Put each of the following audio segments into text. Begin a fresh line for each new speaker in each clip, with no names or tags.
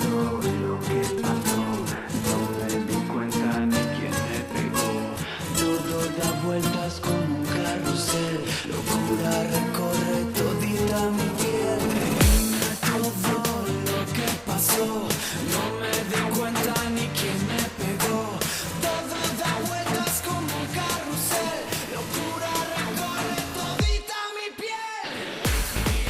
No lo que pasó, no me di cuenta ni quién me pegó. Todo da vueltas como un carrusel, locura recorre todita mi piel. Dime todo lo que pasó, no me di cuenta ni quién me pegó. Todo da vueltas como un carrusel, locura recorre todita mi piel.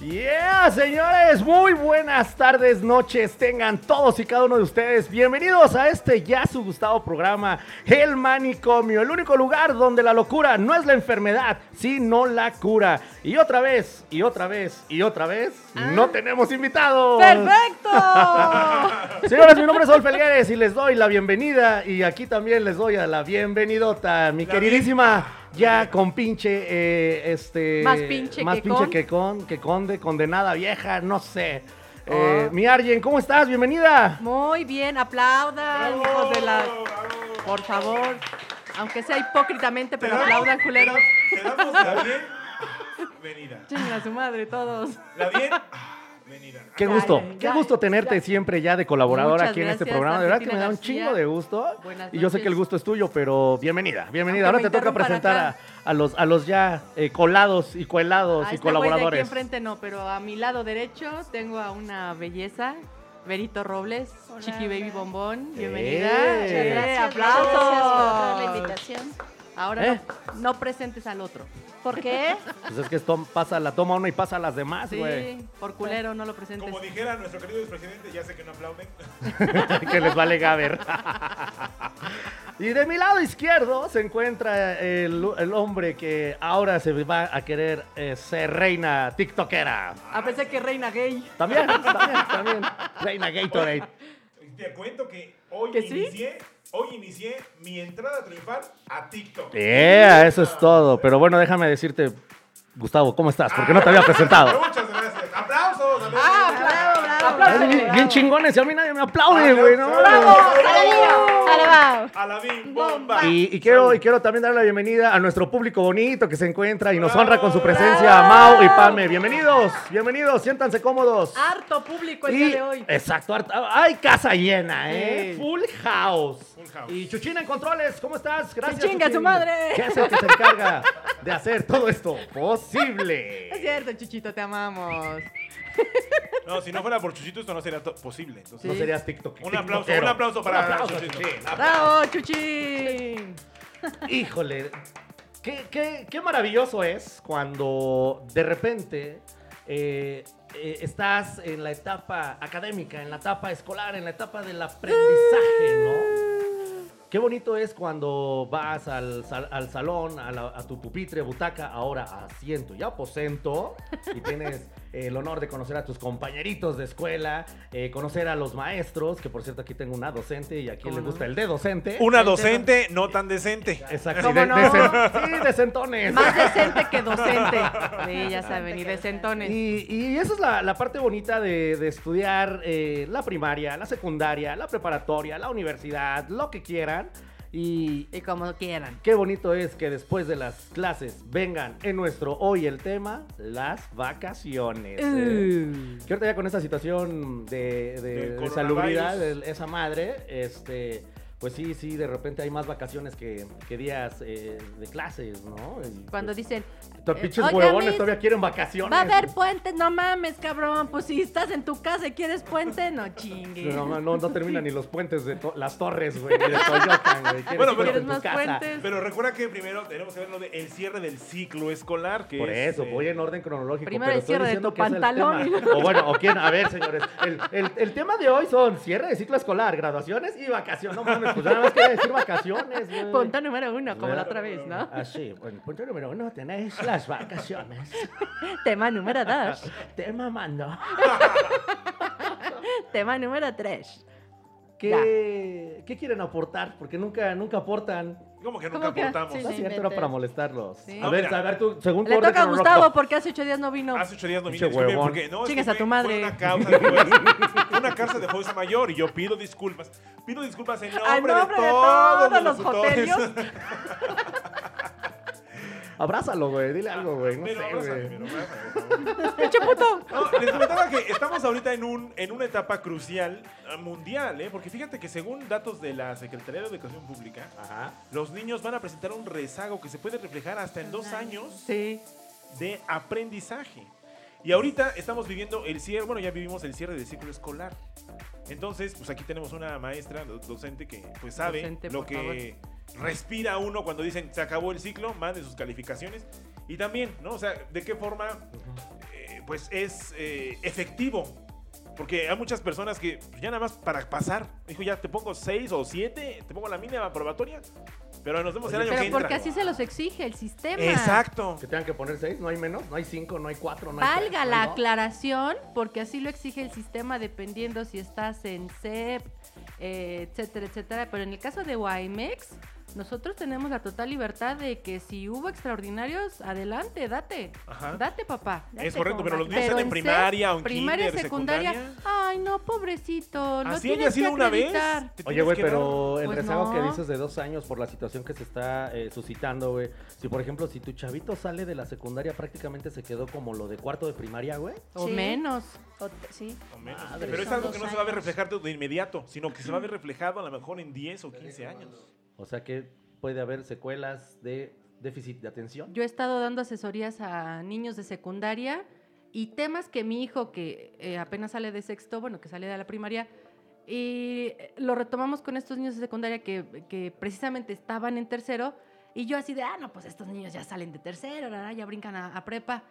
Yeah, señores, muy buenas tardes, noches, tengan todos y cada uno de ustedes. Bienvenidos a este ya su gustado programa, El Manicomio, el único lugar donde la locura no es la enfermedad, sino la cura. Y otra vez, y otra vez, y otra vez, no tenemos invitados.
¡Perfecto!
Señores, mi nombre es Sol Felgueres y les doy la bienvenida y aquí también les doy a la bienvenidota, mi queridísima, ya con pinche, eh, este...
Más pinche
más
que
pinche
con.
que con, que conde, condenada vieja, no sé.
Oh.
Eh, mi Arjen, ¿cómo estás? Bienvenida.
Muy bien, aplaudan, hijos de la. Por favor. Aunque sea hipócritamente, pero aplaudan, culeros.
Te damos la bien venida.
Chinga a su madre, todos.
La bien ah, venida.
Qué
Ya,
gusto,
ya,
qué
ya,
gusto tenerte
ya.
siempre ya de colaboradora
Muchas
aquí en este
gracias,
programa. De verdad que
Argentina
me da un
García.
chingo de gusto.
Buenas
Y yo sé que el
noches.
gusto es tuyo, pero bienvenida, bienvenida.
Aunque
Ahora
me
te toca
interrumpan
presentar a,
acá.
a los, a los ya eh, colados y
A
cuelados y
este güey de aquí
colaboradores.
enfrente no, pero a mi lado derecho tengo a una belleza. Berito Robles, Chiqui Baby Bombón, bienvenida.
Eh.
Eh,
Gracias,
aplausos.
gracias por la invitación.
Ahora
¿Eh?
no, no presentes al otro.
¿Por qué?
Pues es que esto pasa la toma uno y pasa a las demás,
Sí,
güey.
por culero no lo presentes.
Como dijera nuestro querido expresidente, ya sé que no aplauden.
que les vale gaber. y de mi lado izquierdo se encuentra el, el hombre que ahora se va a querer eh, ser reina tiktokera.
A pesar Ah, que reina gay.
También, también, también. Reina Gatorade.
Te cuento que hoy
¿Que sí?
inicié, hoy inicié mi entrada a triunfar a TikTok.
Yeah, eso es todo. Pero bueno, déjame decirte, Gustavo, ¿cómo estás? Porque no te había presentado.
Muchas gracias. ¡Aplausos! amigos!
bravo, Ah, bravo!
Es bien, bien chingones y a mí nadie me aplaude, güey. Ah, ¿no?
¡Salvao! ¡Salvao!
¡A la Bim Bomba!
Y, y quiero, y quiero también dar la bienvenida a nuestro público bonito que se encuentra y nos honra con su presencia, Mau y Pame. Bienvenidos, bienvenidos, siéntanse cómodos.
Harto público el
Y-
día de hoy.
Exacto, harta- hay casa llena, ¿eh?
Sí.
Full, house.
house.
Y Chuchina en controles, ¿cómo estás? Gracias.
chinga
Chuchín.
su madre.
Que es el que se encarga de hacer todo esto posible.
Es cierto, Chuchito, te amamos.
No, si no fuera por Chuchito, esto no sería to- posible. Entonces,
No serías TikTok.
Un aplauso,
tiktokero.
un aplauso para Chuchín.
Chuchín.
¡Bravo, Chuchín!
Híjole, qué, qué- qué maravilloso es cuando de repente eh, eh, estás en la etapa académica, en la etapa escolar, en la etapa del aprendizaje, ¿no? Qué bonito es cuando vas al, sal- al salón, a, la- a tu pupitre, butaca, ahora asiento y aposento, y tienes el honor de conocer a tus compañeritos de escuela, eh, conocer a los maestros, que por cierto aquí tengo una docente y aquí le gusta el de docente.
una docente no tan decente.
Exacto.
¿Cómo
de-
no?
decen- sí, decentones.
Más decente que docente. Sí, ya saben, y decentones.
Y, y esa es la, la parte bonita de, de estudiar eh, la primaria, la secundaria, la preparatoria, la universidad, lo que quieran. Y
Y como quieran.
qué bonito es que después de las clases vengan en nuestro hoy el tema, las vacaciones.
Mm.
eh.
Uh.
Que ahorita ya con esta situación de, de,
Del
de salubridad,
coronavirus.
de esa madre, este, pues sí, sí, de repente hay más vacaciones que, que días eh, de clases, ¿no? Y,
Cuando
pues,
dicen.
estos
eh,
pinches
oiga,
huevones
Miss,
todavía quieren vacaciones.
Va a haber puentes, no mames, cabrón. Pues si estás en tu casa y quieres puente, no chingues.
No, no, no, no terminan ni los puentes de to- las torres, güey, ni de Coyoacán, güey. Quieres ir
Bueno, pero-
en tu
¿Quieres más
casa.
puentes?
Pero recuerda que primero tenemos que ver lo de el cierre del ciclo escolar. Que
Por
es,
eso,
eh,
voy en orden cronológico.
Primero
pero
el
estoy
cierre de
diciendo
tu
que es el
pantalón.
tema. O bueno, o quién, a ver, señores. El, el- el tema de hoy son cierre de ciclo escolar, graduaciones y vacaciones. No mames, pues nada más quería decir vacaciones, güey.
Punto número uno, como la otra vez, ¿no?
Así, bueno, punto número uno, tenéis las vacaciones.
Tema número dos.
Te mamando.
Tema número tres.
¿Qué, ¿Qué quieren aportar? Porque nunca, nunca aportan.
¿Cómo que
¿Cómo
nunca
que?
aportamos?
Sí,
No es
sí,
cierto, era
vete.
para molestarlos.
Sí.
A
No,
ver,
mira.
a ver, tú, según tu
Le
orden
toca a
cronológico.
Gustavo porque hace ocho días no vino.
Hace ocho días no vine,
Pinche
disculpen,
huevón.
porque no, es
Chingas
que
a tu
fue-
madre.
Fue una causa de fuerza, fue una causa de fuerza mayor y yo pido disculpas. Pido disculpas en nombre,
Al nombre de todos los
locutores.
jotelios.
Abrázalo, güey, dile algo, güey. No
Ah, Pero
sé,
abrázame,
güey.
pero abrázame.
¡Pinche puto!
No, les comentaba que estamos ahorita en, un, en una etapa crucial eh, mundial, ¿eh? Porque fíjate que según datos de la Secretaría de Educación Pública,
Ajá.
los niños van a presentar un rezago que se puede reflejar hasta en dos años
Sí.
de aprendizaje. Y ahorita estamos viviendo el cierre, bueno, ya vivimos el cierre del ciclo escolar. Entonces, pues aquí tenemos una maestra, do- docente que pues sabe
Docente,
lo
por
que respira uno cuando dicen se acabó el ciclo, mande sus calificaciones. Y también, ¿no? O sea, de qué forma eh, pues es eh, efectivo. Porque hay muchas personas que pues, ya nada más para pasar, dijo ya te pongo 6 o 7, te pongo la mínima probatoria, pero nos vemos el año que
Pero porque
entra.
así se los exige el sistema.
Exacto.
Que tengan que poner seis, no hay menos, no hay cinco, no hay cuatro, no hay tres,
Valga
no
la
hay dos.
aclaración, porque así lo exige el sistema dependiendo si estás en CEP, eh, etcétera, etcétera. Pero en el caso de Wimex, nosotros tenemos la total libertad de que si hubo extraordinarios, adelante, date.
Ajá.
Date, papá.
Es correcto, pero los niños
Pero
están en primaria
CEP,
o en
primaria,
kinder,
secundaria,
secundaria.
Ay, no, pobrecito. Lo
Así haya
tienes que
sido una vez.
acreditar.
Oye,
te tienes
güey,
que dar-
pero el
Pues
rezago que
no.
dices de dos años por la situación que se está eh, suscitando, güey. Si, por ejemplo, si tu chavito sale de la secundaria, prácticamente se quedó como lo de cuarto de primaria, güey.
O
Sí.
menos.
O te- sí.
O menos.
Madre.
pero es
Son
algo
dos
que no se va a ver
años.
reflejado de inmediato, sino que se va a ver reflejado a lo mejor en 10 o 15 años.
O sea que puede haber secuelas de déficit de atención.
Yo he estado dando asesorías a niños de secundaria y temas que mi hijo, que eh, apenas sale de sexto, bueno, que sale de la primaria, y eh, lo retomamos con estos niños de secundaria que, que precisamente estaban en tercero, y yo así de, ah, no, pues estos niños ya salen de tercero, la, la, ya brincan a, a prepa,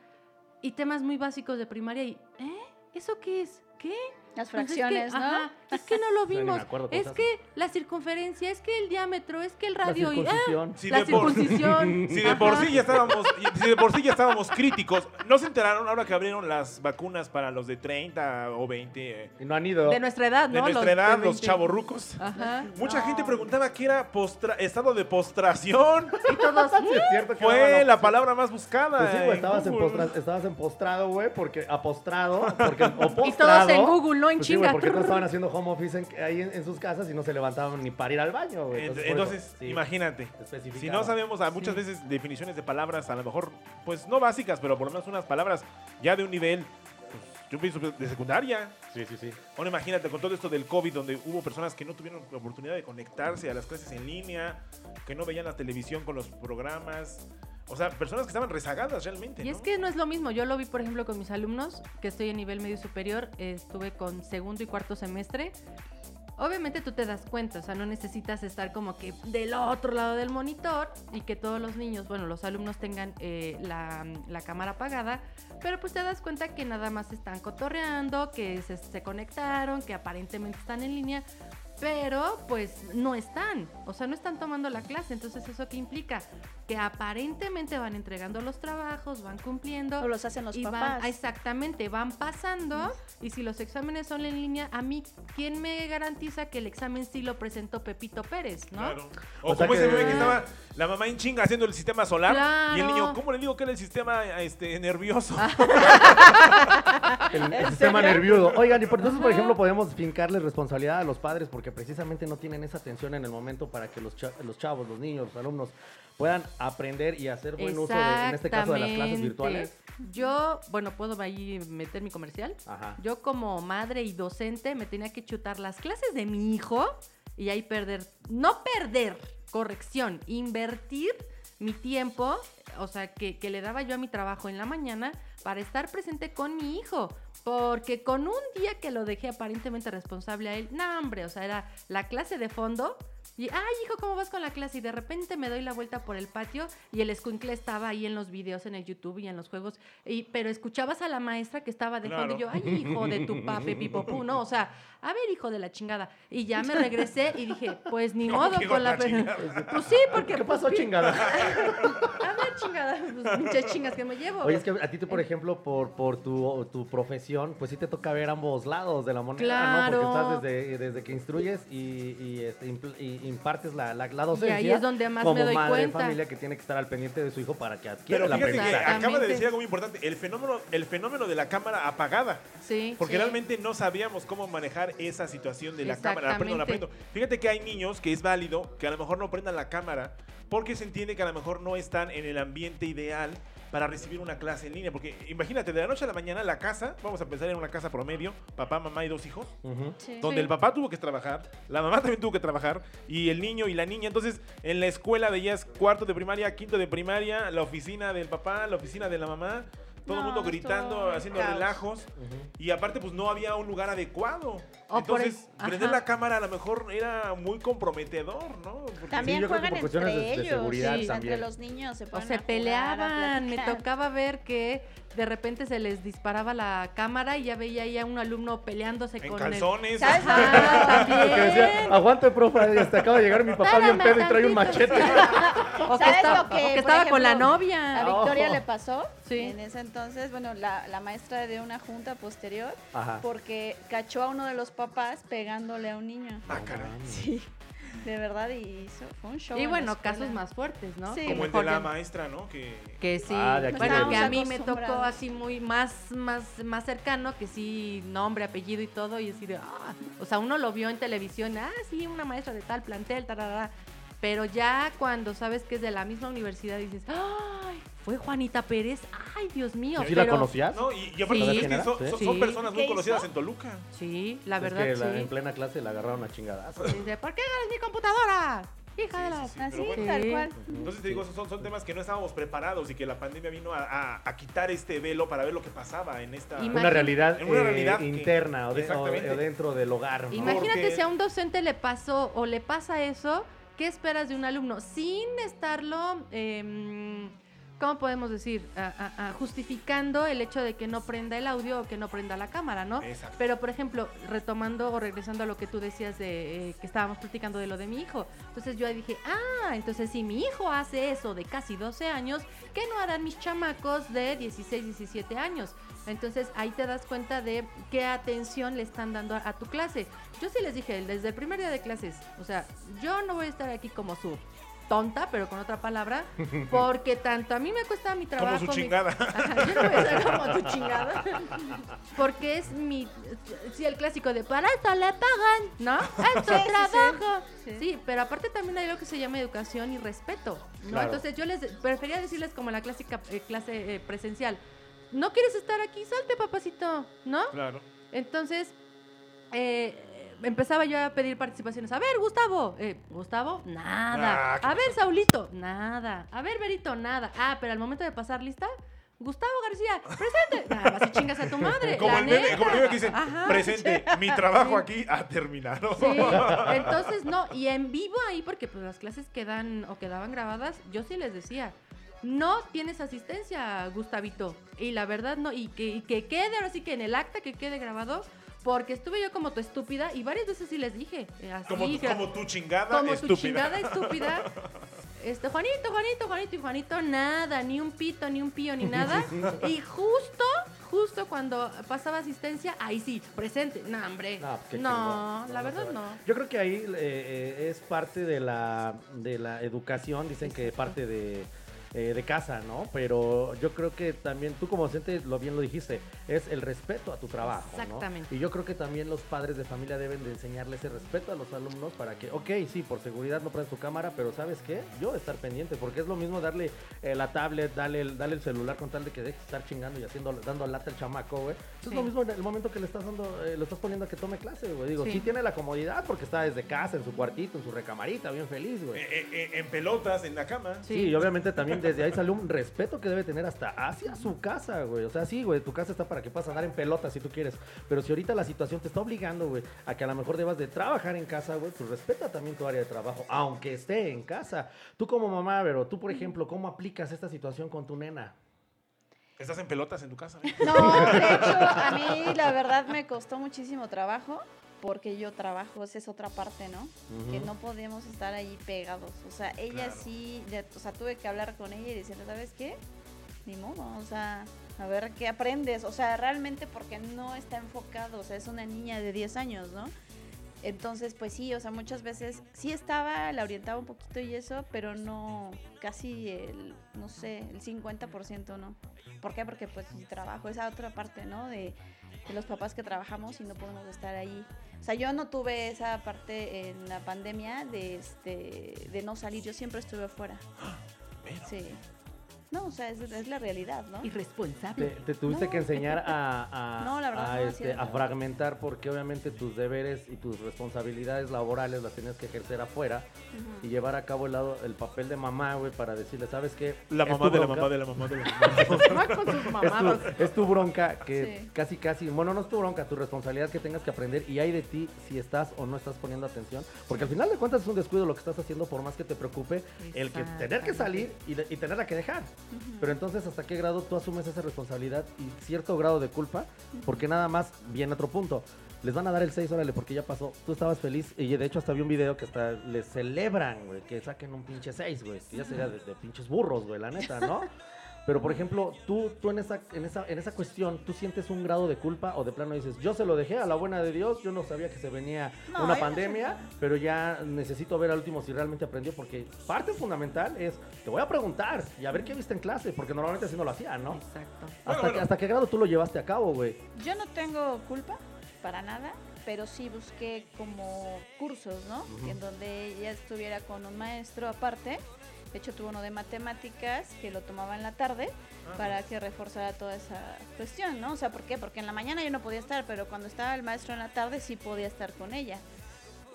y temas muy básicos de primaria, y, ¿eh? ¿Eso qué es? ¿Qué?
Las
Pues es que,
fracciones, ¿no?
ajá, es que no lo
ni me
vimos.
acuerdo cómo
es
se
que la circunferencia, es que el diámetro, es que el
La
radio. y, ah,
circuncisión.
Sí,
la
de por-
circuncisión.
Si de por
Ajá.
sí ya estábamos, y- si de por sí ya estábamos críticos, ¿no se enteraron ahora que abrieron las vacunas para los de 30 o 20? eh,
Y no han ido.
De nuestra edad, Ah, ¿no?
de nuestra
Los
edad,
de Ah,
los
20.
chavorrucos.
Ajá.
Mucha gente preguntaba qué era postra- estado de postración.
Y todos.
Sí, es cierto que no van
Fue
a-
la palabra más buscada.
Pues sí, güey,
en
estabas, en
Google.
postra- estabas empostrado, güey, porque apostrado, porque o postrado. Pues
Y todos
Pues
en Google, ¿no? En
sí, güey,
chinga.
porque todos estaban haciendo home office en- ahí en, en sus casas y no se levantaban ni para ir al baño, güey.
Ent-
Pues, por eso,
Entonces,
sí.
imagínate.
Especificado.
Si no sabemos a muchas veces definiciones de palabras, a lo mejor, pues no básicas, pero por lo menos unas palabras ya de un nivel, pues, yo pienso de secundaria.
Sí, sí, sí.
Ahora imagínate con todo esto del COVID, donde hubo personas que no tuvieron la oportunidad de conectarse a las clases en línea, que no veían la televisión con los programas. O sea, personas que estaban rezagadas realmente.
Y es
¿no?
que no es lo mismo. Yo lo vi, por ejemplo, con mis alumnos, que estoy en nivel medio superior, eh, estuve con segundo y cuarto semestre. Obviamente tú te das cuenta, o sea, no necesitas estar como que del otro lado del monitor y que todos los niños, bueno, los alumnos tengan eh, la, la cámara apagada, pero pues te das cuenta que nada más están cotorreando, que se, se conectaron, que aparentemente están en línea, pero pues no están, o sea, no están tomando la clase, entonces eso qué implica? Que aparentemente van entregando los trabajos, van cumpliendo,
O los hacen los
y
papás.
Van, ah, exactamente, van pasando. Y si los exámenes son en línea, a mí, ¿quién me garantiza que el examen sí lo presentó Pepito Pérez, no?
Claro. O,
O sea
como ese
que-
bebé que estaba la mamá en chinga haciendo el sistema solar y el
Claro.
niño, ¿cómo le digo que era el sistema este, nervioso?
El, el sistema nervioso. Oigan, y por, entonces, por ejemplo, podemos fincarles responsabilidad a los padres porque precisamente no tienen esa atención en el momento para que los, cha- los chavos, los niños, los alumnos puedan aprender y hacer buen uso, de, en este caso, de las clases virtuales.
Exactamente. Yo, bueno, puedo ahí meter mi comercial.
Ajá.
Yo como madre y docente me tenía que chutar las clases de mi hijo y ahí perder, no perder, corrección, invertir mi tiempo, o sea, que, que le daba yo a mi trabajo en la mañana para estar presente con mi hijo. Porque con un día que lo dejé aparentemente responsable a él, no, hombre, o sea, era la clase de fondo. Y, ay, hijo, ¿cómo vas con la clase? Y de repente me doy la vuelta por el patio y el escuincle estaba ahí en los videos, en el YouTube y en los juegos. Y, pero escuchabas a la maestra que estaba de fondo y yo,
Claro.
ay, hijo de tu pape, pipopú, ¿no? O sea, a ver, hijo de la chingada. Y ya me regresé y dije, pues ni
¿Cómo
modo
que
con
con la
la...
chingada?
pues sí, porque...
¿Qué
pues,
pasó,
pi-
chingada?
a ver, chingada, pues muchas chingas que me llevo.
Oye, es que a ti, tú, por ejemplo, por, por tu, tu profesión, pues sí te toca ver ambos lados de la moneda, ¿no? Porque
Claro.
estás desde, desde que instruyes y, y, este, impl- y impartes la, la, la
Y
docencia.
ahí es donde más
como
me doy
madre de
cuenta.
familia que tiene que estar al pendiente de su hijo para que adquiera
Pero
el
fíjate que
aprendizaje.
acaba de
Exactamente.
decir algo muy importante, el fenómeno, el fenómeno de la cámara apagada.
Sí.
Porque
Sí.
realmente no sabíamos cómo manejar esa situación de la cámara. La prendo, la
Exactamente.
prendo. Fíjate que hay niños que es válido que a lo mejor no prendan la cámara porque se entiende que a lo mejor no están en el ambiente ideal para recibir una clase en línea. Porque imagínate, de la noche a la mañana la casa, vamos a pensar en una casa promedio, papá, mamá y dos hijos,
Ujú.
Sí.
donde
Sí.
el papá tuvo que trabajar, la mamá también tuvo que trabajar, y el niño y la niña. Entonces, en la escuela veías cuarto de primaria, quinto de primaria, la oficina del papá, la oficina de la mamá, todo el
No,
mundo
estuvo
gritando,
un
haciendo
caos.
relajos. Y aparte, pues no había un lugar adecuado.
O Oh, por
Entonces,
el-
prender
ajá.
la cámara a lo mejor era muy comprometedor, ¿no? Porque-
También
Sí, yo creo que por
juegan entre
cuestiones de- de
ellos.
seguridad
sí,
también.
Entre los niños se
O
ponen a
se
jugar, a
peleaban, me
platicar.
tocaba ver que de repente se les disparaba la cámara y ya veía ahí a un alumno peleándose
En
con
calzones.
el... Ajá,
Lo que decía,
también.
aguante, profe, hasta acaba de llegar mi papá bien pedo y trae un
Tantito.
machete.
O que
¿Sabes
estaba,
lo
o que
que, por
estaba con la
ejemplo,
novia.
A Victoria
Oh.
le pasó
Sí.
en ese entonces, bueno, la, la maestra de una junta posterior,
Ajá.
porque cachó a uno de los papás pegándole a un niño.
Ah, caray.
Sí, de verdad, y hizo, fue un show.
Y
en la
bueno,
escuela.
casos más fuertes, ¿no?
Sí.
Que
Como el de
mejor
la
ya-
maestra, ¿no? Que...
Que sí,
Ah, de aquí
bueno,
del-
que a mí me
Acostumbrados.
tocó así muy más, más, más cercano, que sí, nombre, apellido y todo, y así de, ah, o sea, uno lo vio en televisión, ah, sí, una maestra de tal plantel, tarará. Pero ya cuando sabes que es de la misma universidad, dices, ay, fue Juanita Pérez, ay, Dios mío.
¿Sí la
pero-
conocías?
No, y, y aparte
Sí.
es que son,
Sí.
son- son
Sí.
personas muy
¿Qué
conocidas
hizo?
en Toluca.
Sí, la
Es
verdad,
que
sí.
la- en plena clase la agarraron a chingadas.
Dice, ¿por qué ganas mi computadora? Hija de la...
Sí, pero
Así,
bueno.
tal
Sí.
cual.
Entonces te digo, esos son, son temas que no estábamos preparados y que la pandemia vino a, a- a quitar este velo para ver lo que pasaba en esta...
Y
Una
Imagín-
realidad,
En una
eh,
realidad que-
interna o, de- o-
Exactamente.
o dentro del hogar. ¿no?
Imagínate
Porque-
si a un docente le pasó o le pasa eso, ¿qué esperas de un alumno? Sin estarlo, em, ¿cómo podemos decir? Ah, ah, ah, justificando el hecho de que no prenda el audio o que no prenda la cámara, ¿no?
Exacto.
Pero, por ejemplo, retomando o regresando a lo que tú decías de eh, que estábamos platicando de lo de mi hijo. Entonces yo ahí dije, ah, entonces si mi hijo hace eso de casi 12 años, ¿qué no harán mis chamacos de 16, 17 años? Entonces ahí te das cuenta de qué atención le están dando a, a tu clase. Yo sí les dije desde el primer día de clases, o sea, yo no voy a estar aquí como su tonta, pero con otra palabra, porque tanto a mí me cuesta mi
Como
trabajo.
su
mi-
chingada.
Ajá, yo no voy a ser como tu chingada. Porque es mi. Sí, el clásico de para esto le pagan, ¿no? Es tu
Sí, sí, sí.
trabajo. Sí.
Sí.
pero aparte también hay lo que se llama educación y respeto, ¿no?
Claro.
Entonces yo les prefería decirles como la clásica eh, clase eh, presencial. No quieres estar aquí, salte, papacito, ¿no?
Claro.
Entonces, eh, empezaba yo a pedir participaciones. A ver, Gustavo. Eh, Gustavo, nada.
Ah, ¿qué
a ver, Saulito, nada. A ver, Berito, nada. Ah, pero al momento de pasar lista, Gustavo García, presente. Nada, vas y chingas a tu madre.
Como
la
el, meme,
neta.
como el meme que dice,
Ajá.
presente, mi trabajo aquí ha terminado.
Sí, entonces no, y en vivo ahí, porque pues las clases quedan o quedaban grabadas, yo sí les decía, no tienes asistencia, Gustavito. Y la verdad no, y que, y que quede ahora sí que en el acta que quede grabado, porque estuve yo como tu estúpida y varias veces sí les dije, eh, así,
Como, tu-
gra-
como tu chingada
como tu
estúpida.
chingada estúpida. Este, Juanito, Juanito, Juanito y Juanito, nada, ni un pito, ni un pío, ni nada. Y justo, justo cuando pasaba asistencia, ahí sí, presente. No, hombre.
No, pues, qué
No,
chingón.
la
No, no se
verdad
vale.
no.
Yo creo que ahí eh, eh, es parte de la, de la educación, dicen que parte de, eh, de casa, ¿no? Pero yo creo que también, tú como docente, lo bien lo dijiste, es el respeto a tu trabajo, ¿no?
Exactamente.
Y yo creo que también los padres de familia deben de enseñarle ese respeto a los alumnos para que, ok, sí, por seguridad no prendes tu cámara, pero ¿sabes qué? Yo estar pendiente, porque es lo mismo darle eh, la tablet, darle el, darle el celular con tal de que dejes de estar chingando y haciendo, dando lata al chamaco, güey. Eso
Sí.
es lo mismo en el momento que le estás dando, eh, lo estás poniendo a que tome clase, güey. Digo,
Sí.
sí. tiene la comodidad porque está desde casa, en su cuartito, en su recamarita, bien feliz, güey.
Eh, eh, eh, en pelotas, en la cama.
Sí.
Sí, y obviamente también desde ahí sale un respeto que debe tener hasta hacia su casa, güey. O sea, sí, güey, tu casa está para que puedas andar en pelota si tú quieres. Pero si ahorita la situación te está obligando, güey, a que a lo mejor debas de trabajar en casa, güey, pues respeta también tu área de trabajo, aunque esté en casa. Tú como mamá, pero tú, por ejemplo, ¿cómo aplicas esta situación con tu nena?
Estás en pelotas en tu casa. ¿eh? amigo.
No, de hecho, a mí la verdad me costó muchísimo trabajo porque yo trabajo, esa es otra parte, ¿no? Que no podíamos estar ahí pegados. O sea, ella
Claro.
sí, de- o sea, tuve que hablar con ella y decirle, ¿sabes qué? Ni modo, o sea, a ver qué aprendes. O sea, realmente porque no está enfocado, o sea, es una niña de 10 años, ¿no? Entonces, pues sí, o sea, muchas veces sí estaba, la orientaba un poquito y eso, pero no, casi el, no sé, el 50%, ¿no? ¿Por qué? Porque pues mi trabajo, esa otra parte, ¿no? De, de los papás que trabajamos y no podemos estar ahí. O sea, yo no tuve esa parte en la pandemia de, este, de no salir, yo siempre estuve afuera. Sí. No, o sea, es, es la realidad, ¿no?
Te,
Irresponsable.
te tuviste
No.
que enseñar a, a-
No, la verdad,
a,
no, así
este,
de
a
todo.
fragmentar porque obviamente tus deberes y tus responsabilidades laborales las tenías que ejercer afuera y llevar a cabo el, lado, el papel de mamá, güey, para decirle, ¿sabes qué?
La
Es
mamá
tu
de la
bronca".
mamá de la mamá de la mamá.
Mamá con sus
Es tu,
mamadas.
es tu bronca que
Sí.
casi, casi, bueno, no es tu bronca, tu responsabilidad que tengas que aprender y hay de ti si estás o no estás poniendo atención, porque al final de cuentas es un descuido lo que estás haciendo por más que te preocupe el que tener que salir y, de- y tenerla que dejar. Pero entonces, ¿hasta qué grado tú asumes esa responsabilidad y cierto grado de culpa? Porque nada más viene otro punto. Les van a dar el 6, órale, porque ya pasó. Tú estabas feliz y de hecho hasta vi un video que hasta les celebran, güey, que saquen un pinche 6, güey. Que ya sería de, de pinches burros, güey, la neta, ¿no? Pero por ejemplo, tú, tú en, esa, en, esa, en esa cuestión, ¿tú sientes un grado de culpa o de plano dices, yo se lo dejé a la buena de Dios, yo no sabía que se venía
No,
una
yo no
pandemia, pero ya necesito ver al último si realmente aprendió? Porque parte fundamental es, te voy a preguntar y a ver qué viste en clase, porque normalmente así no lo hacía, ¿no?
Exacto.
¿Hasta,
bueno.
que- ¿Hasta qué grado tú lo llevaste a cabo, güey?
Yo no tengo culpa para nada, pero sí busqué como cursos, ¿no? En donde ella estuviera con un maestro aparte. De hecho, tuvo uno de matemáticas que lo tomaba en la tarde para que reforzara toda esa cuestión, ¿no? O sea, ¿por qué? Porque en la mañana yo no podía estar, pero cuando estaba el maestro en la tarde sí podía estar con ella.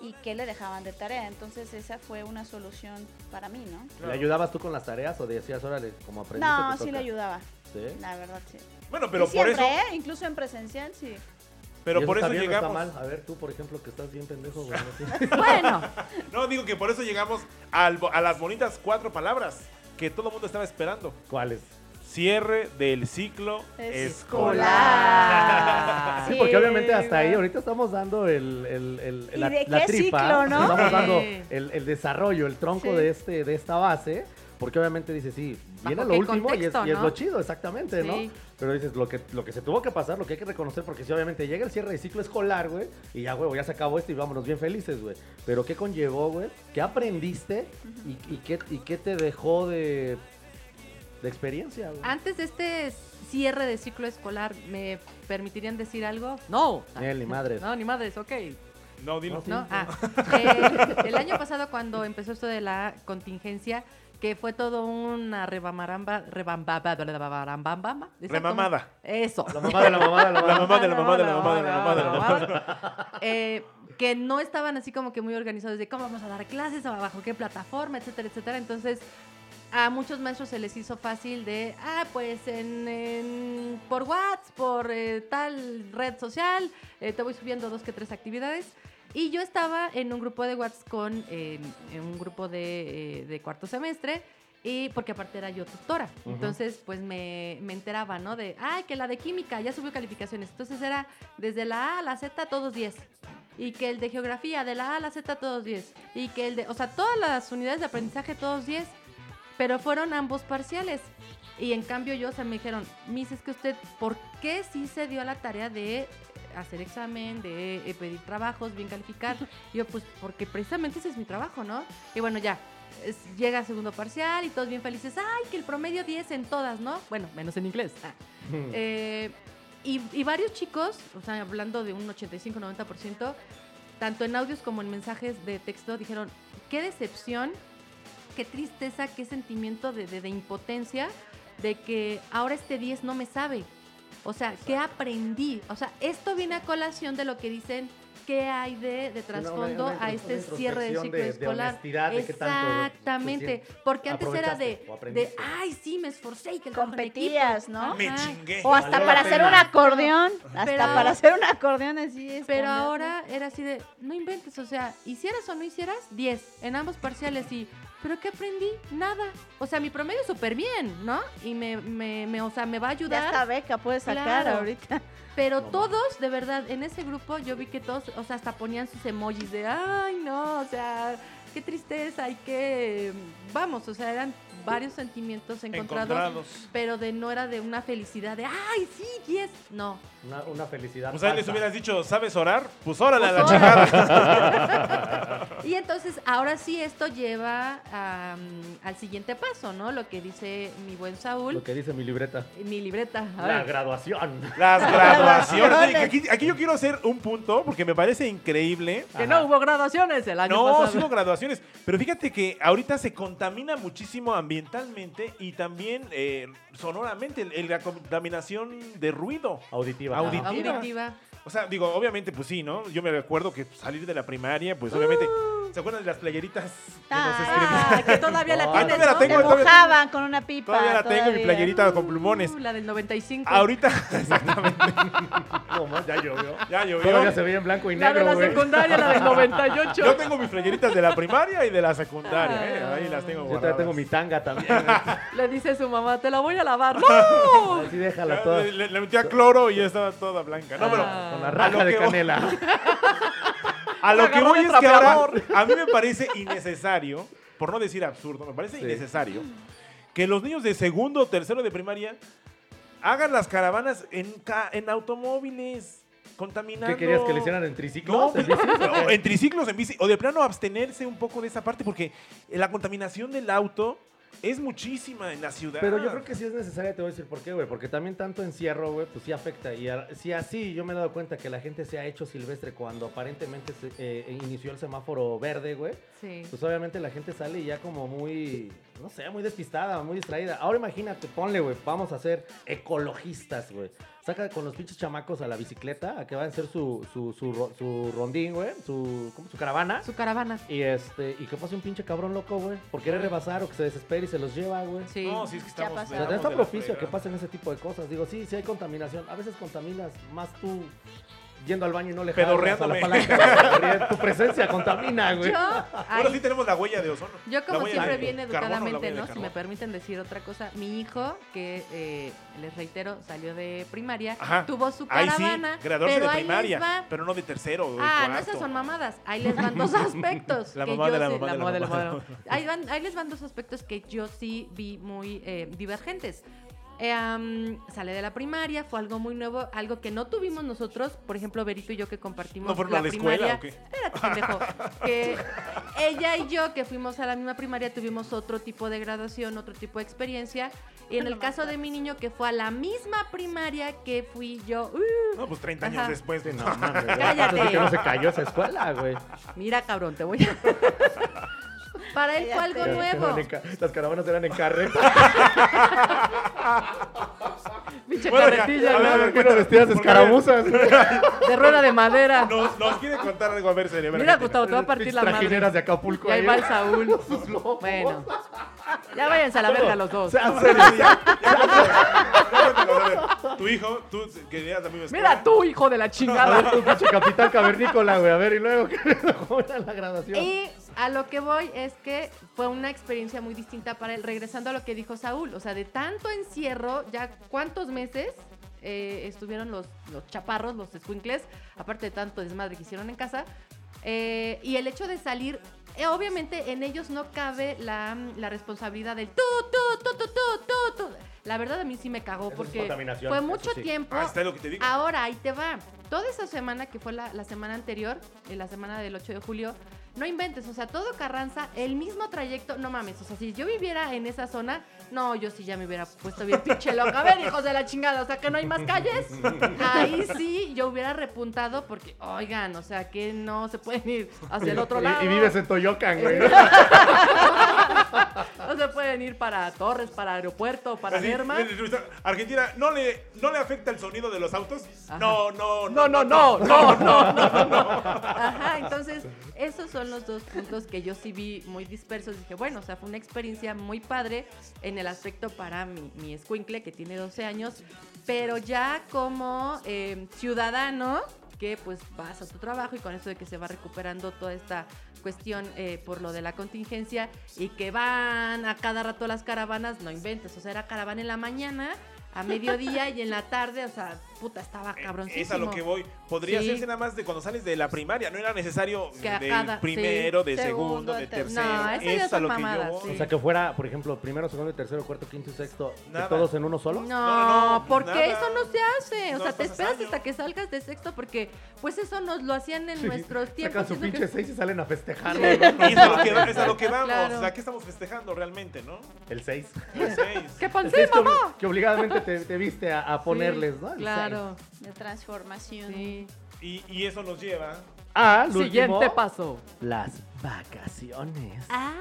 Y que le dejaban de tarea. Entonces, esa fue una solución para mí, ¿no?
¿Le ayudabas tú con las tareas o decías, órale, como aprendiste?
No,
Pues te
sí
toca"?
le ayudaba.
¿Sí?
La verdad, sí.
Bueno, pero
Y
por
siempre,
eso,
¿eh? Incluso en presencial, sí.
¿Y
pero
eso
por
está
eso
bien o está
llegamos.
mal? A ver, tú, por ejemplo, que estás bien pendejo, güey. ¿no? Sí.
Bueno,
No, digo que por eso llegamos al bo- a las bonitas cuatro palabras que todo el mundo estaba esperando.
¿Cuáles?
Cierre del ciclo escolar.
Escolar.
hola.
Sí, porque obviamente hasta ahí ahorita estamos dando el, el- el-
¿Y
la,
de
la
qué
tripa,
ciclo, no?
estamos
Sí.
dando el, el desarrollo, el tronco
Sí.
de este de esta base, porque obviamente dices, sí, viene
¿Bajo
lo
qué
último y, es,
contexto,
y es
no?
lo chido, exactamente, ¿no?
Sí.
Pero dices, lo que, lo que se tuvo que pasar, lo que hay que reconocer, porque si obviamente llega el cierre de ciclo escolar, güey, y ya, güey, ya se acabó esto y vámonos bien felices, güey. Pero ¿qué conllevó, güey? ¿Qué aprendiste y, y qué, y qué te dejó de, de experiencia, güey?
antes de este cierre de ciclo escolar, ¿me permitirían decir algo? No.
Nel, ni madres.
No, ni madres, ok.
No, dilo.
No, sí.
¿No? Ah, eh, el año pasado cuando empezó esto de la contingencia, que fue todo una rebamaramba, rebambaba, rebambamba. ¿esa cómo?
Remamada.
Eso.
La mamá de la mamá de la
La
mamá.
mamá de la mamá de la mamá de la mamá de la mamá.
Eh, que no estaban así como que muy organizados de cómo vamos a dar clases, o bajo qué plataforma, etcétera, etcétera. Entonces, a muchos maestros se les hizo fácil de, ah, pues en, en- por WhatsApp, por eh, tal red social, eh, te voy subiendo dos que tres actividades. Y yo estaba en un grupo de WhatsApp con eh, en un grupo de, eh, de cuarto semestre. Y porque aparte era yo tutora.
Ujú.
Entonces, pues me, me enteraba, ¿no? De, ay, que la de química ya subió calificaciones. Entonces era desde la A a la Z todos 10. Y que el de geografía, de la A a la Z todos 10. Y que el de, o sea, todas las unidades de aprendizaje todos 10. Pero fueron ambos parciales. Y en cambio yo, o sea, me dijeron, Miss, es que usted, ¿por qué sí se dio a la tarea de hacer examen, de eh, pedir trabajos, bien calificar? Y yo, pues, porque precisamente ese es mi trabajo, ¿no? Y bueno, ya, es- llega a segundo parcial y todos bien felices. Ay, que el promedio 10 en todas, ¿no? Bueno, menos en inglés. Ah.
Mm.
Eh, y, y varios chicos, o sea, hablando de un 85-90%, tanto en audios como en mensajes de texto, dijeron, qué decepción, qué tristeza, qué sentimiento de, de- de impotencia de que ahora este 10 no me sabe. O sea, ¿qué aprendí? O sea, esto viene a colación de lo que dicen, ¿qué hay de, de trasfondo
una
a este
introspección
cierre del ciclo
de- de
escolar?
honestidad, de qué tanto, pues,
Exactamente,
sí,
porque antes era de,
aprovechaste o
de,
aprendiste.
ay, sí, me esforcé y que el trabajo en
Competías,
equipo".
¿no?
Me
Ajá.
chingué.
O hasta
Valió la
para hacer
pena.
un acordeón. Hasta
Pero-
para hacer un acordeón así es.
Pero
ponerlo.
ahora era así de, no inventes, o sea, hicieras o no hicieras, 10 en ambos parciales y, ¿pero qué aprendí? Nada. O sea, mi promedio súper bien, ¿no? Y me, me, me- o sea, me va a
Ya esta
ayudar.
beca puedes sacar
Claro.
ahorita.
Pero todos, de verdad, en ese grupo yo vi que todos, o sea, hasta ponían sus emojis de, ay, no, o sea, qué tristeza y qué, vamos, o sea, eran varios sentimientos encontrados.
Encontrados.
Pero de no era de una felicidad de, ay, sí, 10. No,
Una, una felicidad.
Pues ahí les
falsa.
hubieras dicho, ¿sabes orar? Pues órale a la
Pues,
chingada.
Y entonces, ahora sí, esto lleva am, al siguiente paso, ¿no? Lo que dice mi buen Saúl,
Lo que dice mi libreta.
mi libreta. A
La
ver.
graduación.
Las graduaciones.
graduaciones.
Oye, que Aquí, aquí yo quiero hacer un punto porque me parece increíble.
que no hubo graduaciones el año
No, sí
pasado.
hubo graduaciones. Pero fíjate que ahorita se contamina muchísimo ambientalmente y también eh, sonoramente. el- el- la contaminación de ruido.
Auditiva.
Auditiva.
Auditiva.
O sea, digo, obviamente, pues sí, ¿no? Yo me recuerdo que salir de la primaria, pues obviamente. ¿Se acuerdan de las playeritas que nos escribían?
Ah, que todavía la
No.
tienes,
Ah, todavía la
¿no?
tengo,
Te
Como-
todavía-
mojaban con una pipa.
Todavía la tengo, mi
todavía.
playerita con plumones.
Uh, la del 95.
Ahorita, exactamente.
Ah, No, más, ya llovió.
Ya llovió.
Todavía se veía en blanco y
la de
negro,
la
güey.
secundaria, la del 98.
Yo tengo mis playeritas de la primaria y de la secundaria, ¿eh?
Ah.
Ahí las tengo
Yo
guardadas.
todavía tengo mi tanga también.
Le dice a su mamá, te la voy a lavar. ¡No!
Así déjala
Ya,
toda.
Le, le- le metía cloro y ya estaba toda blanca. No, pero
Ah.
Con la
A lo
raja de
que voy.
canela.
a lo que
Agarró
voy
de
es que ahora
trapeador.
a mí me parece innecesario, por no decir absurdo, me parece innecesario que los niños de segundo o tercero de primaria hagan las caravanas en, ca- en automóviles contaminando.
¿Qué querías que le hicieran en triciclos?
No,
¿En
pues,
bicis?
o en triciclos, en bici, o de plano abstenerse un poco de esa parte, porque la contaminación del auto es muchísima en la ciudad.
Pero yo creo que sí es necesaria, te voy a decir por qué, güey. Porque también tanto encierro, güey, pues sí afecta. Y a- si así yo me he dado cuenta que la gente se ha hecho silvestre cuando aparentemente se, eh, inició el semáforo verde, güey.
Sí.
Pues obviamente la gente sale ya como muy, no sé, muy despistada, muy distraída. Ahora imagínate, ponle, güey, vamos a ser ecologistas, güey. Saca con los pinches chamacos a la bicicleta, a que van a hacer su, su, su, ro- su rondín, güey, su, ¿cómo? su caravana.
Su caravana.
Y este, y que pase un pinche cabrón loco, güey, por querer rebasar o que se desespere y se los lleva, güey.
Sí.
No, sí, es que
Ya
estamos.
pasó.
O sea,
estamos
está
de la
propicio que
fregada.
pasen ese tipo de cosas. Digo, sí, sí hay contaminación. A veces contaminas más tú yendo al baño y no le jalas a la
Pedorreándome.
palanca. tu presencia contamina, güey.
Yo,
Ahora
ahí
sí tenemos la huella de ozono.
Yo
La
como
huella
siempre
de
bien
carbono, la
educadamente,
huella de
¿no? Si
carbono.
me permiten decir otra cosa, mi hijo, que eh, les reitero, salió de primaria,
Ajá.
tuvo su
Ahí sí,
caravana,
graduarse
pero
de
ahí
primaria,
les va.
pero no de tercero o de
Ah, no,
cuarto.
esas son mamadas. Ahí les van dos aspectos.
La
que
mamá
yo
de la
sí-
mamá de la mamá de la
mamá. Ahí, van- ahí les van dos aspectos que yo sí vi muy eh, divergentes. Eh, am, sale de la primaria, fue algo muy nuevo, algo que no tuvimos nosotros, por ejemplo, Berito y yo que compartimos
¿No fueron
la
a la
primaria.
escuela o qué?
Espérate, pendejo. que ella y yo que fuimos a la misma primaria tuvimos otro tipo de graduación, otro tipo de experiencia. Y en el caso de mi niño que fue a la misma primaria que fui yo, ¡uh!
No, pues 30 años
Ajá.
después.
Sí,
no.
no mames. güey.
Cállate.
Así que no se cayó esa escuela, güey.
Mira, cabrón, te voy a. Para él fue algo nuevo.
Eran en ca- Las caravanas eran en carreta.
Pinche
Bueno,
carretilla,
a ver, a ver,
¿Por
¿no?
qué no vestidas de
Porque, a ver,
escarabuzas?
De rueda de madera.
Nos, nos quiere contar algo, a ver, celebra.
Mira, Gustavo, te voy a partir la madre.
trajineras de Acapulco.
Y ahí va el Saúl.
Sus lobos.
Bueno. Ya váyanse a la verga los dos.
Sean
Ya,
serios.
ya, ya, ya, ya, ya, ya. Tu hijo, tú que eras la misma escuela.
Mira tú, hijo de la
A ver,
chingada.
tu pinche capitán cavernícola, güey. A ver, y luego, ¿cómo era la graduación?
Y a lo que voy es que fue una experiencia muy distinta para él, regresando a lo que dijo Saúl, o sea, de tanto encierro, ya cuántos meses eh, estuvieron los, los chaparros, los escuincles, aparte de tanto desmadre que hicieron en casa, eh, y el hecho de salir, eh, obviamente en ellos no cabe la, la responsabilidad del tú, tú, tú, tú, tú, tú, tú. La verdad a mí sí me cagó
Eso es
porque
contaminación,
fue
eso
mucho
sí.
tiempo
Ah, está lo que te digo.
Ahora, ahí te va. Toda esa semana que fue la, la semana anterior, eh, la semana del 8 de julio, No inventes, o sea, todo Carranza, el mismo trayecto, no mames, o sea, si yo viviera en esa zona, no, yo sí ya me hubiera puesto bien pinche loca. A ver, hijos de la chingada, o sea, que no hay más calles. Ahí sí yo hubiera repuntado porque, oigan, o sea, que no se pueden ir hacia el otro
Y-
lado. Eh,
Y, vives en Toyocan, güey.
No se pueden ir para Torres, para Aeropuerto, para
Así,
Lerma.
Argentina, ¿no le, ¿no le afecta el sonido de los autos?
Ajá.
No, no,
No, no, no, no, no.
Ajá, entonces esos son los dos puntos que yo sí vi muy dispersos. Dije, bueno, o sea, fue una experiencia muy padre en el aspecto para mi, mi escuincle, que tiene 12 años, pero ya como eh, ciudadano, que pues vas a tu trabajo y con eso de que se va recuperando toda esta cuestión eh, por lo de la contingencia y que van a cada rato las caravanas, no inventes, o sea, era caravana en la mañana. A mediodía y en la tarde, o sea, puta, estaba cabroncísimo.
Eh, Es a lo que voy. Podría
Sí.
hacerse nada más de cuando sales de la primaria. No era necesario
Que a
del
cada-
primero, de
Segundo,
segundo, de
ter-
tercero.
No, esas ya
es a
son
lo que
mamadas,
yo voy.
sí.
O sea, que fuera, por ejemplo, primero, segundo, tercero, cuarto, quinto y sexto, que
Nada.
todos en uno solo.
No,
No, no,
porque
nada.
eso no se hace. O
No
sea, te
pasas
esperas
año.
hasta que salgas de sexto porque pues eso nos lo hacían en
Sí,
nuestros tiempos.
Sacan su
es lo que-
pinche seis y salen a festejarlo. ¿no?
Y es a lo que, es a lo que vamos.
Claro.
O sea, ¿qué estamos festejando realmente, no?
El seis.
El seis.
¡Qué pan
El
sí,
seis que,
mamá!
obli- que obligadamente te, te viste a, a ponerles,
Sí,
¿no? El
Claro,
De transformación.
sí.
Y, y eso nos lleva.
seis. Ah, lo
Siguiente
último,
paso.
Las vacaciones.
Ah,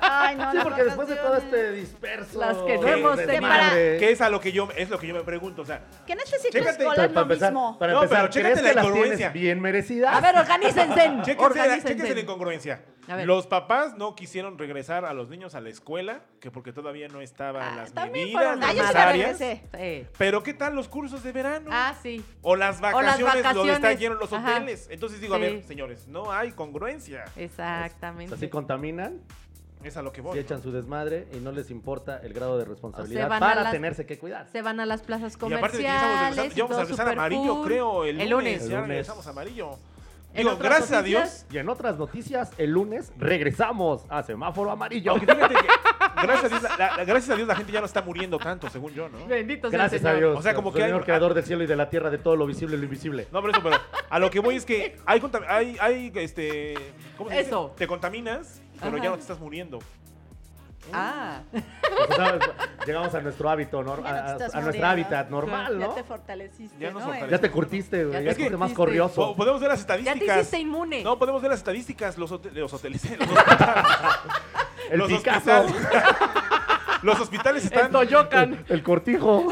Ay, no,
sí,
las
porque después de todo
vacaciones.
este disperso.
Las que no
de-
hemos
de
separado.
madre.
¿Qué es a lo que yo es lo que yo me pregunto? O sea,
Que en este ciclo
Chécate,
escolar
Para,
lo
para empezar,
mismo.
para
No,
empezar,
pero chécate
¿crees
la
que las tienes
incongruencia.
bien merecidas?
a ver, organícense.
chéquense la, chéquense la
organícense.
incongruencia.
A ver.
Los papás no quisieron regresar a los niños a la escuela, que porque todavía no estaban
Ah,
las
también
medidas
fueron
Ah, yo sí me
Varias.
necesarias.
regresé.
Sí.
Pero ¿qué tal los cursos de verano?
Ah, sí.
O las vacaciones, donde
vacaciones.
están llenos los
Ajá.
hoteles. Entonces digo, a
Sí.
ver, señores, no hay congruencia.
O
Exactamente.
sea, sí contaminan,
Es a lo que
sí
voy.
echan su desmadre y no les importa el grado de responsabilidad
van a
para
las-
tenerse que cuidar.
Se van a las plazas
Y
comerciales.
aparte de que ya estamos regresando, ya vamos a
todo
regresar
super
amarillo,
cool.
creo, el lunes.
lunes.
Ya
El lunes.
regresamos amarillo.
En
Digo,
otras
gracias a
noticias,
Dios.
Y en otras noticias, el lunes regresamos a Semáforo Amarillo.
Aunque fíjate que, gracias a Dios, la, la- gracias a Dios la gente ya no está muriendo tanto, según yo, ¿no?
Bendito sea el
Gracias a
Señor.
Dios.
O sea, como
nuestro
que hay-
Señor creador del cielo y de la tierra, de todo lo visible y lo invisible.
No, pero eso, pero a lo que voy es que hay, contam- hay, hay este, ¿cómo se dice?
Eso.
Te contaminas, pero
Ajá.
ya no te estás muriendo.
Ah,
Pues, ¿sabes? Llegamos a nuestro hábito, ¿no?
Ya no te
a, a-
estás
a nuestro
muriendo.
hábitat normal,
Ya
¿no?
te fortaleciste.
Ya nos
¿no?
fortalecimos.
Ya te curtiste, güey.
te
Ya te fuiste más
curtiste.
Po-
corrioso.
Podemos ver las
ya te
estadísticas.
hiciste inmune.
no, podemos ver las estadísticas, los, hote- los hoteles, los hospitales.
El
los
Picasso.
hospitales- los hospitales
El
están
Toyocan.
El cortijo.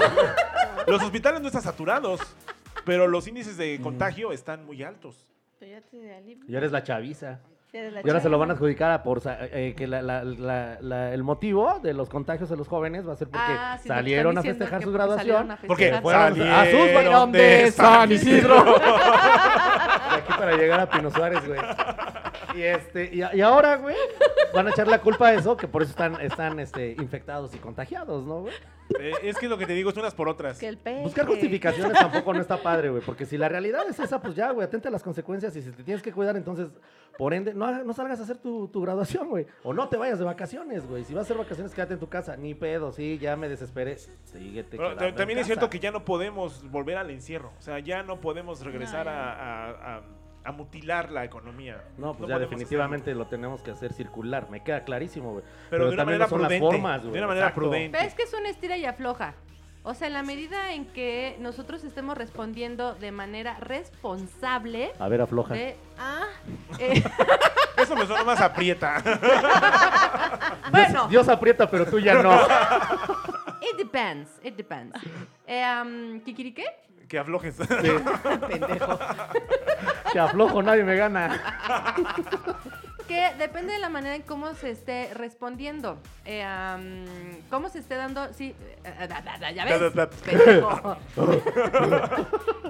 Los hospitales no están saturados, pero los índices
Mm.
de contagio están muy altos.
Pero ya te alivias
Y eres la chaviza.
de la
Y ahora se lo van a
chava.
adjudicar a por sa- eh, que la- la- la- la- el motivo de los contagios de los jóvenes va a ser porque
Ah, sí, lo que
salieron a
están diciendo,
festejar
que
su
porque salieron
graduación.
a
Porque
festejar.
fueron a sus
salieron
de San Isidro. De aquí para llegar a Pino Suárez, güey. Y este, y, a- y ahora, güey, van a echar la culpa a eso, que por eso están, están este, infectados y contagiados, ¿no, güey?
Eh, es que lo que te digo es unas por otras.
Que el peje.
Buscar justificaciones tampoco no está padre, güey. Porque si la realidad es esa, pues ya, güey, atenta a las consecuencias. Y si te tienes que cuidar, entonces, por ende, no, ha- no salgas a hacer tu, tu graduación, güey. O no te vayas de vacaciones, güey. Si vas a hacer vacaciones, quédate en tu casa. Ni pedo, sí, ya me desesperé. Síguete.
Pero
quedando
ta-
en
también es cierto
casa.
que ya no podemos volver al encierro. O sea, ya no podemos regresar
No, ya
a, a- a- a mutilar la economía.
No, pues ya
podemos
definitivamente lo tenemos que hacer circular. Me queda clarísimo, güey.
hacerlo.
Pero,
Pero, de una
también no
manera
son
prudente.
las formas,
de
güey.
una manera
Exacto.
prudente.
Pero es que es una estira y afloja. O sea, en la medida en que nosotros estemos respondiendo de manera responsable
A ver, afloja.
de... Ah, eh,
Eso me suena más aprieta.
bueno,
Dios aprieta, pero tú ya no.
it depends, it depends. Eh, am, ¿Kikiriqué?
que aflojes.
Pendejo.
que aflojo, nadie me gana.
Que depende de la manera en cómo se esté respondiendo. Eh, am, cómo se esté dando... Sí, eh, eh, da, da, da, ya ves. pendejo.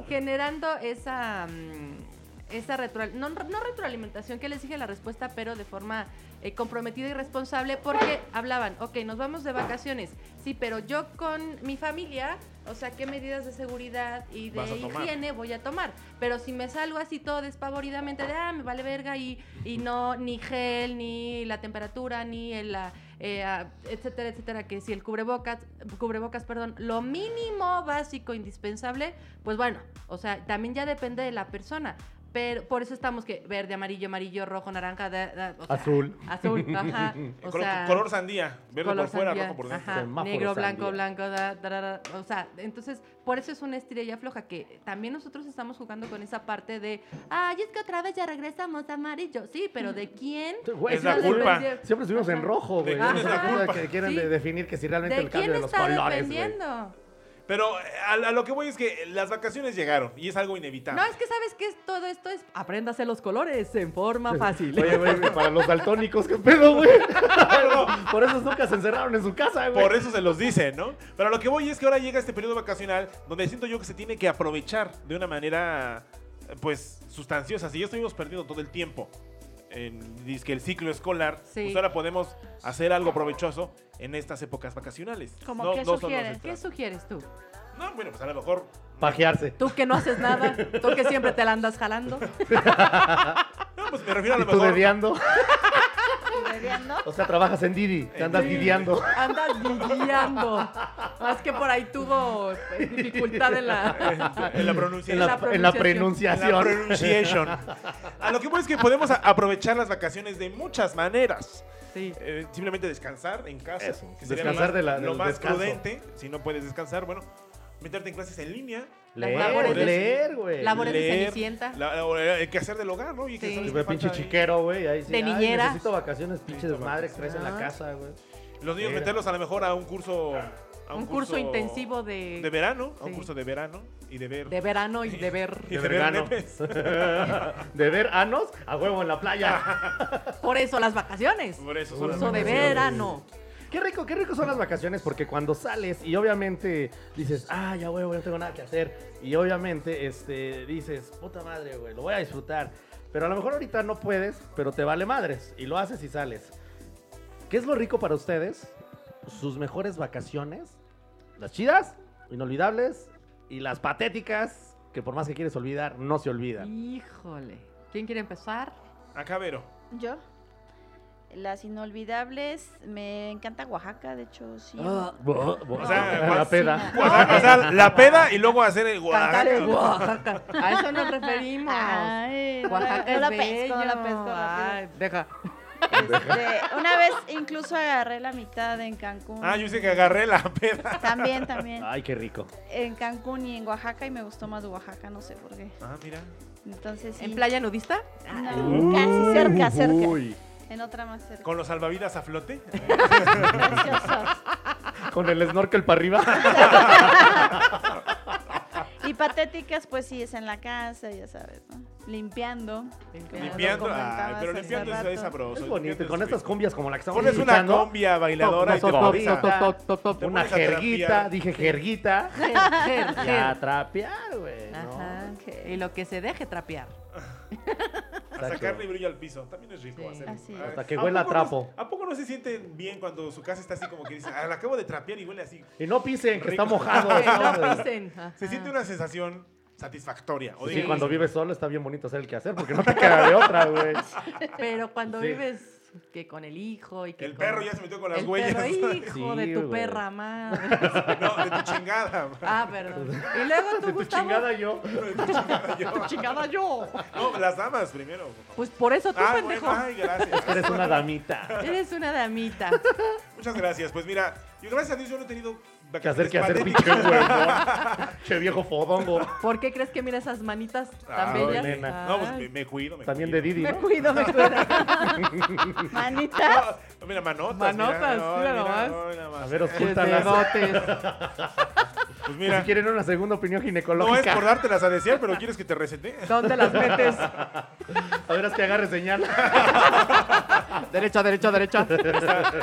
Generando esa, mm, esa retroal- no, no retroalimentación que les dije la respuesta, pero de forma eh, comprometida y responsable, porque hablaban, ok, nos vamos de vacaciones, sí, pero yo con mi familia, o sea, ¿qué medidas de seguridad y de
Vas a tomar.
higiene voy a tomar? Pero si me salgo así todo despavoridamente de, ah, me vale verga y, y no, ni gel, ni la temperatura, ni el... la- eh, ah, etcétera, etcétera, que si el cubrebocas, cubrebocas, perdón, lo mínimo básico indispensable, pues bueno, o sea, también ya depende de la persona. Pero por eso estamos que verde, amarillo, amarillo, rojo, naranja, da- da- o sea,
Azul.
Azul, ajá. O
Color,
sea,
color sandía, verde
color
por fuera,
sandía,
rojo por dentro.
ajá,
Semáforo
negro, blanco,
sandía.
blanco, da, da, da, da. o sea, entonces por eso es una estrella floja que también nosotros estamos jugando con esa parte de, ay, es que otra vez ya regresamos amarillo, sí, pero ¿de quién?
Güey,
Es la
Eso
culpa.
depende-
Siempre estuvimos en
Ajá.
rojo, güey.
¿De
No
quién es
sé
la
qué
culpa?
que quieren
Sí.
de- definir que si realmente
¿De
el cambio
quién
de los
está
colores, güey.
dependiendo?
Pero eh, a, a lo que voy es que las vacaciones llegaron y es algo inevitable.
No, es que sabes que es- todo esto es apréndase los colores en forma fácil.
Oye, Ah, güey, para los daltónicos, qué pedo, güey. Por eso nunca se encerraron en su casa, güey.
Por eso se los dicen, ¿no? Pero a lo que voy es que ahora llega este periodo vacacional donde siento yo que se tiene que aprovechar de una manera, eh, pues, sustanciosa. Si ya estuvimos perdiendo todo el tiempo en dizque el ciclo escolar,
Sí.
pues ahora podemos hacer algo provechoso en estas épocas vacacionales.
Como
No-
que
no son
sugieren,
¿Qué
nuestras.
sugieres tú?
No, bueno, pues a lo mejor
Pajearse.
Tú que no haces nada, tú que siempre te la andas jalando.
No, pues me refiero a
Y
lo
tú
mejor.
dediando.
Bebeando.
O sea, trabajas en Didi. Te andas
Sí.
didiando.
Andas guiando. Más que por ahí tuvo eh, dificultad en la.
En la pronunciación.
En
En
la,
la
en la
En la
pronunciación.
pronunciation. A lo que voy es que podemos a- aprovechar las vacaciones de muchas maneras.
Sí.
Eh, simplemente descansar en casa.
Eso,
que sería
descansar
lo más,
de la-
lo
del
más
descanso.
prudente. Si no puedes descansar, bueno, meterte en clases en línea.
Leer,
labores de-
leer, güey.
labores de
leer,
Cenicienta.
la- la- el quehacer del hogar, ¿no? Y que
Sí.
sabes
Y
que
ve pinche
falta ahí.
chiquero, güey. ahí sí,
De
ay,
niñeras.
Necesito vacaciones, pinche
Necesito
desmadre que traes en la
Ah.
casa,
vacaciones.
güey.
Los niños
Mira.
meterlos a lo mejor a un curso. A
Un curso intensivo de-
De verano. A un
Sí.
curso de verano. Y de ver.
De verano y de ver.
y
De
de ver
verano.
memes.
De ver anos a huevo en la playa.
Por eso las vacaciones.
Por eso son las
Curso de
vacaciones.
verano.
Qué rico, qué rico son las vacaciones porque cuando sales y obviamente dices, ah, ya huevo, no tengo nada que hacer. Y obviamente este, dices, puta madre, güey, lo voy a disfrutar. Pero a lo mejor ahorita no puedes, pero te vale madres. Y lo haces y sales. ¿Qué es lo rico para ustedes? Sus mejores vacaciones. Las chidas, inolvidables y las patéticas que por más que quieres olvidar, no se olvidan.
Híjole. ¿Quién quiere empezar?
Acá, Vero.
Yo. Las inolvidables. Me encanta Oaxaca, de hecho, sí.
Ah,
O sea, pues
la
vas-
peda.
O sea, o sea, la peda y luego hacer el
Cantar
guadalajara.
el Oaxaca. A eso nos referimos.
Ay, no,
Oaxaca
no
es
la
bello.
pesco, no la pesco rápido.
Ay, deja.
Este, una vez incluso agarré la mitad en Cancún.
Ah, yo sé que agarré la peda.
También, también.
Ay, qué rico.
En Cancún y en Oaxaca y me gustó más Oaxaca, no sé por qué.
Ah, mira.
Entonces sí. Ah,
¿En playa nudista?
No, casi cerca, cerca.
Uy,
En otra más cerca.
Con los salvavidas a flote.
Preciosos.
con el snorkel para arriba.
Y patéticas, pues sí, es en la casa, ya sabes, ¿no? Limpiando. como
limpiando.
lo
Ay,
comentabas
pero
hace
limpiando es,
rato.
es sabroso.
Es bonito. Y
limpiando
con
es
estas
rico.
combien como la que estamos
Pones una
escuchando,
combia bailadora y te
top,
pones
top,
a-
top,
te
Una
pones a trapear.
jerguita, dije jerguita.
Ger, ger,
Y
ger.
a trapear, güey. ¿no?
Ajá.
Ok.
Y lo que se deje trapear.
A sacarle brillo al piso. También es rico
Sí.
hacer.
Así es.
Ay,
Hasta que
¿a
huela a
poco no-
trapo.
¿A poco no se sienten bien cuando su casa está así como que dicen, ah, la acabo de trapear y huele así?
Y no pisen, que
Rico.
está mojado.
Que
¿no?
no pisen.
Se
Ah.
siente una sensación satisfactoria. O
Sí,
digo,
cuando vives solo está bien bonito hacer el quehacer porque no te queda de otra, güey.
Pero cuando
Sí.
vives que con el hijo y que
El
con-
perro ya se metió con las
el
huellas.
perro, hijo
Sí,
de tu
güey.
perra madre.
No, de tu chingada.
Ah, perdón. Y luego tú,
De tu
Gustavo,
Pues chingada yo.
tu chingada yo.
No, las damas primero. por favor.
Pues por eso tú,
Ah, bueno,
pendejo.
ay, gracias.
Eres una damita.
Eres una damita.
Muchas gracias. Pues mira, yo gracias a Dios yo no he tenido vacaciones
Que hacer, que hacer,
patéticas.
pinche güey. Che viejo fodongo.
¿Por qué crees que mira esas manitas tan
Ah,
bellas?
nena.
No, pues me,
Ay,
me cuido. Me
También de
cuido.
Didi,
me
¿no?
cuido, me cuido.
Manitas.
No, mira, manotas.
Manotas,
mira,
mira nomás.
no, mira más.
A ver,
Qué
oscúltalas.
dedotes.
Pues
Este, Si
mira,
quieren una segunda opinión
no es
ginecológica.
por dártelas a desear, pero quieres que te recete.
¿Dónde las metes?
A ver, haz que agarre señal.
derecha, derecha, derecha.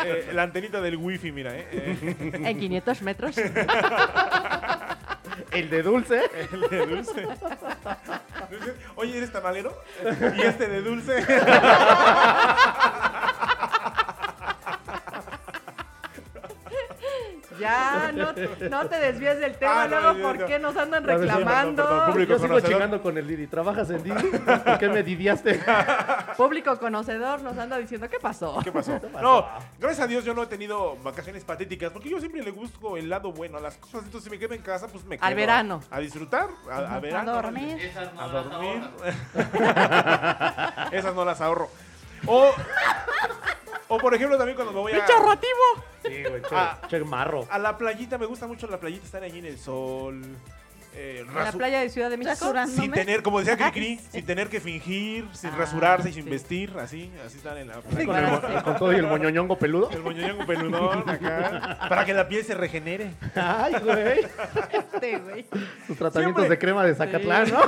Eh, la antenita del wifi, mira, eh. eh,
En 500 metros.
El de dulce.
el de dulce. Dulce, Oye, ¿eres tamalero? Y este de dulce.
Ya, no, no te desvíes del tema.
Ah, no,
Luego,
no,
¿por
no.
qué nos andan
Perdón, perdón,
reclamando?
perdón, público
Yo sigo
conocedor.
chingando con el Didi. ¿Trabajas en Didi? ¿Por qué me didiaste?
Público conocedor nos anda diciendo, ¿qué pasó?
¿Qué pasó? No, gracias a Dios yo no he tenido vacaciones patéticas porque yo siempre le busco el lado bueno a las cosas. Entonces, si me quedo en casa, pues me quedo.
Al verano.
A disfrutar, a, a verano.
dormir.
Esas no
A
las
dormir.
ahorras.
Esas no las ahorro. O, o por ejemplo, también cuando me voy a.
¡Pinche ahorrativo!
Sí, güey. Che,
Ah.
che marro.
A la playita, me gusta mucho la playita, estar allí en el sol. eh,
En la
rasu-
playa de Ciudad de México.
Rasurando.
Sin
¿Dándome?
tener, como decía Cricri, sin tener que fingir, sin
Ah,
rasurarse y sin
sí.
vestir, así, así están en la
Con,
playa.
el mo- con todo y el moñoñongo peludo.
El moñongo peludón acá. Para que la piel se regenere.
Ay, güey.
Este, güey.
Sus tratamientos
Siempre.
de crema de Zacatlán, ¿no?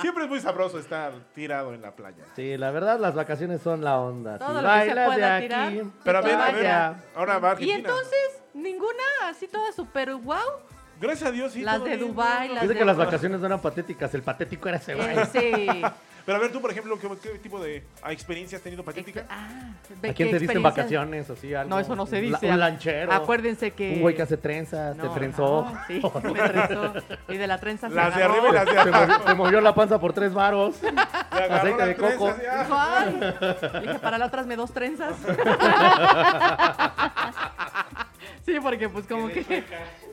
Siempre es muy sabroso estar tirado en la playa.
Sí, la verdad, las vacaciones son la onda.
Todo
Si
lo que se
bailas
pueda
de
tirar. pues,
aquí.
Pero a ¿eh? ver, a ver.
Vaya.
Ahora va
Y
Argentina.
entonces, ninguna así toda super wow.
Gracias a Dios, sí.
Las
todo
de
bien,
Dubái,
todo
las
bien.
Dice que las vacaciones no eran patéticas. El patético era ese, güey.
Eh,
Este,
sí.
Pero a ver, tú, por ejemplo, ¿qué, qué tipo de ah, experiencia has tenido patética?
Ah,
¿A
ve
quién
qué
te dicen
experiencia.
vacaciones? Así, algo?
No, eso no se
Un la-
dice.
Un lanchero.
Acuérdense que.
Un güey que hace trenzas, te
No,
trenzó.
no, sí, me trenzó. Y de la trenza se
Las de
agarró.
arriba y las de
Te, movió,
abajo.
te movió la panza por tres varos.
Te agarró
aceite
la
de
trenza,
coco.
así, ah.
Dijo, "Ay". Le dije, para la otra me dos trenzas. sí, porque pues como que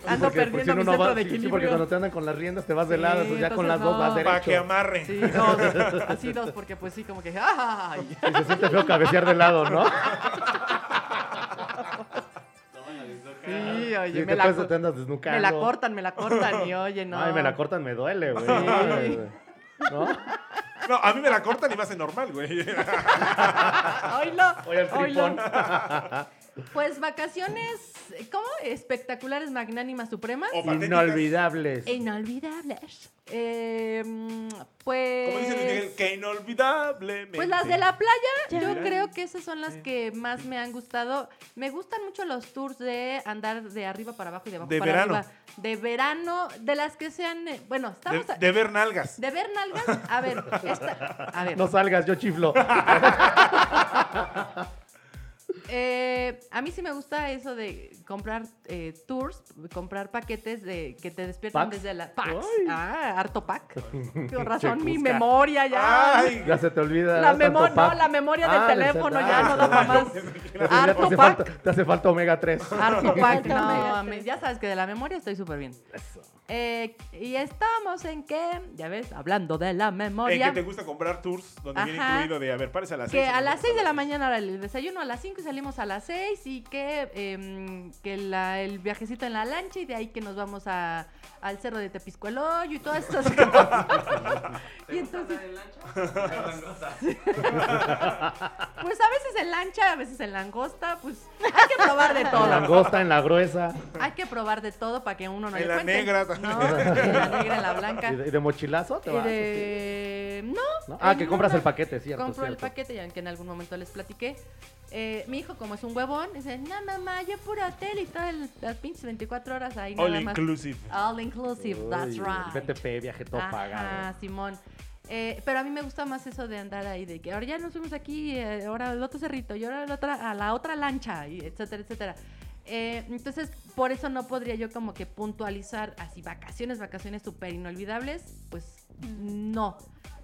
ando
Porque, pues, si
perdiendo mi
no, no
centro
vas-
de
sí, sí, porque
equilibrio.
cuando te andan con las riendas te vas de
Sí,
lado, pues ya con
entonces
las dos
no.
vas
Para que
derecho.
amarre.
Sí, dos, así dos, porque pues sí, como que, ay.
Y se siente feo cabecear de lado, ¿no?
Sí,
Y
oye, me, la,
después
co-
te andas desnucando.
me la cortan, me la cortan, y oye, no.
Ay, me la cortan, me duele, güey.
Sí.
¿No?
No, a mí me la cortan y me hace normal, güey.
Oilo,
Oye, el
oilo.
tripón.
Pues vacaciones, ¿cómo? Espectaculares, magnánimas, supremas.
Oh.
O patéticas.
Inolvidables.
E inolvidables. Eh,
Em,
mm, pues.
Como dice Luis Miguel, que inolvidablemente.
Pues las de la playa, yo
Ya.
creo que esas son las que más me han gustado. Me gustan mucho los tours de andar de arriba para abajo y de abajo
De
para
verano.
arriba. De verano, de las que sean. eh, Bueno,
De,
estamos. a-
de ver nalgas.
de ver nalgas, a ver, esta- a ver,
No salgas, yo chiflo.
eh, a mí sí me gusta eso de comprar eh, tours, comprar paquetes de que te despiertan
¿Packs?
desde la packs,
Ay.
ah, harto pack, con razón mi
Checusca.
memoria ya,
Ay,
Ya se te olvida.
La,
tanto
memo- no,
pack.
la memoria
Ah,
del
del
teléfono
celular.
ya no daba más.
Te
Ah,
hace- te,
Harto
hace
pack. Ah,
falta, te hace falta omega 3.
Harto pack,
Harto
no,
pack.
mames, ya
ya sabes que de la memoria estoy súper bien. Eh, y estamos en que, ya ves, hablando de la
en
memoria,
que te gusta comprar tours donde viene
Ajá.
incluido de, a ver, pares a las
que
6.
a las 6 de la mañana ahora el desayuno, a las 5 y salimos a las 6 y que, em, que la- el viajecito en la lancha y de ahí que nos vamos a, al cerro de Tepiscuelollo y todas esas cosas. y entonces, pues a veces en lancha, a veces en langosta, pues hay que probar de
En la
todo.
angosta, en la gruesa.
Hay que probar de todo para que uno no
En
le
la
cuente.
negra también.
No, en la negra, en la blanca.
¿Y de, y de mochilazo te
Y
vas?
de- No,
¿no? Ah, que
en
compras
una-
el paquete, cierto.
compro el
cierto.
paquete, ya que en algún momento les platiqué. Eh, mi hijo, como es un huevón, dice, no mamá, yo puro hotel y todas las pinches 24 horas ahí
All
nada más.
inclusive.
All inclusive, that's
Uy,
right.
VTP, viaje todo
Ajá,
pagado.
Simón. Eh, pero a mí me gusta más eso de andar ahí, de que ahora ya nos fuimos aquí, eh, ahora al otro cerrito, y ahora a la otra, a la otra lancha, y etcétera, etcétera. Eh, entonces, por eso no podría yo como que puntualizar así vacaciones, vacaciones súper inolvidables, pues no.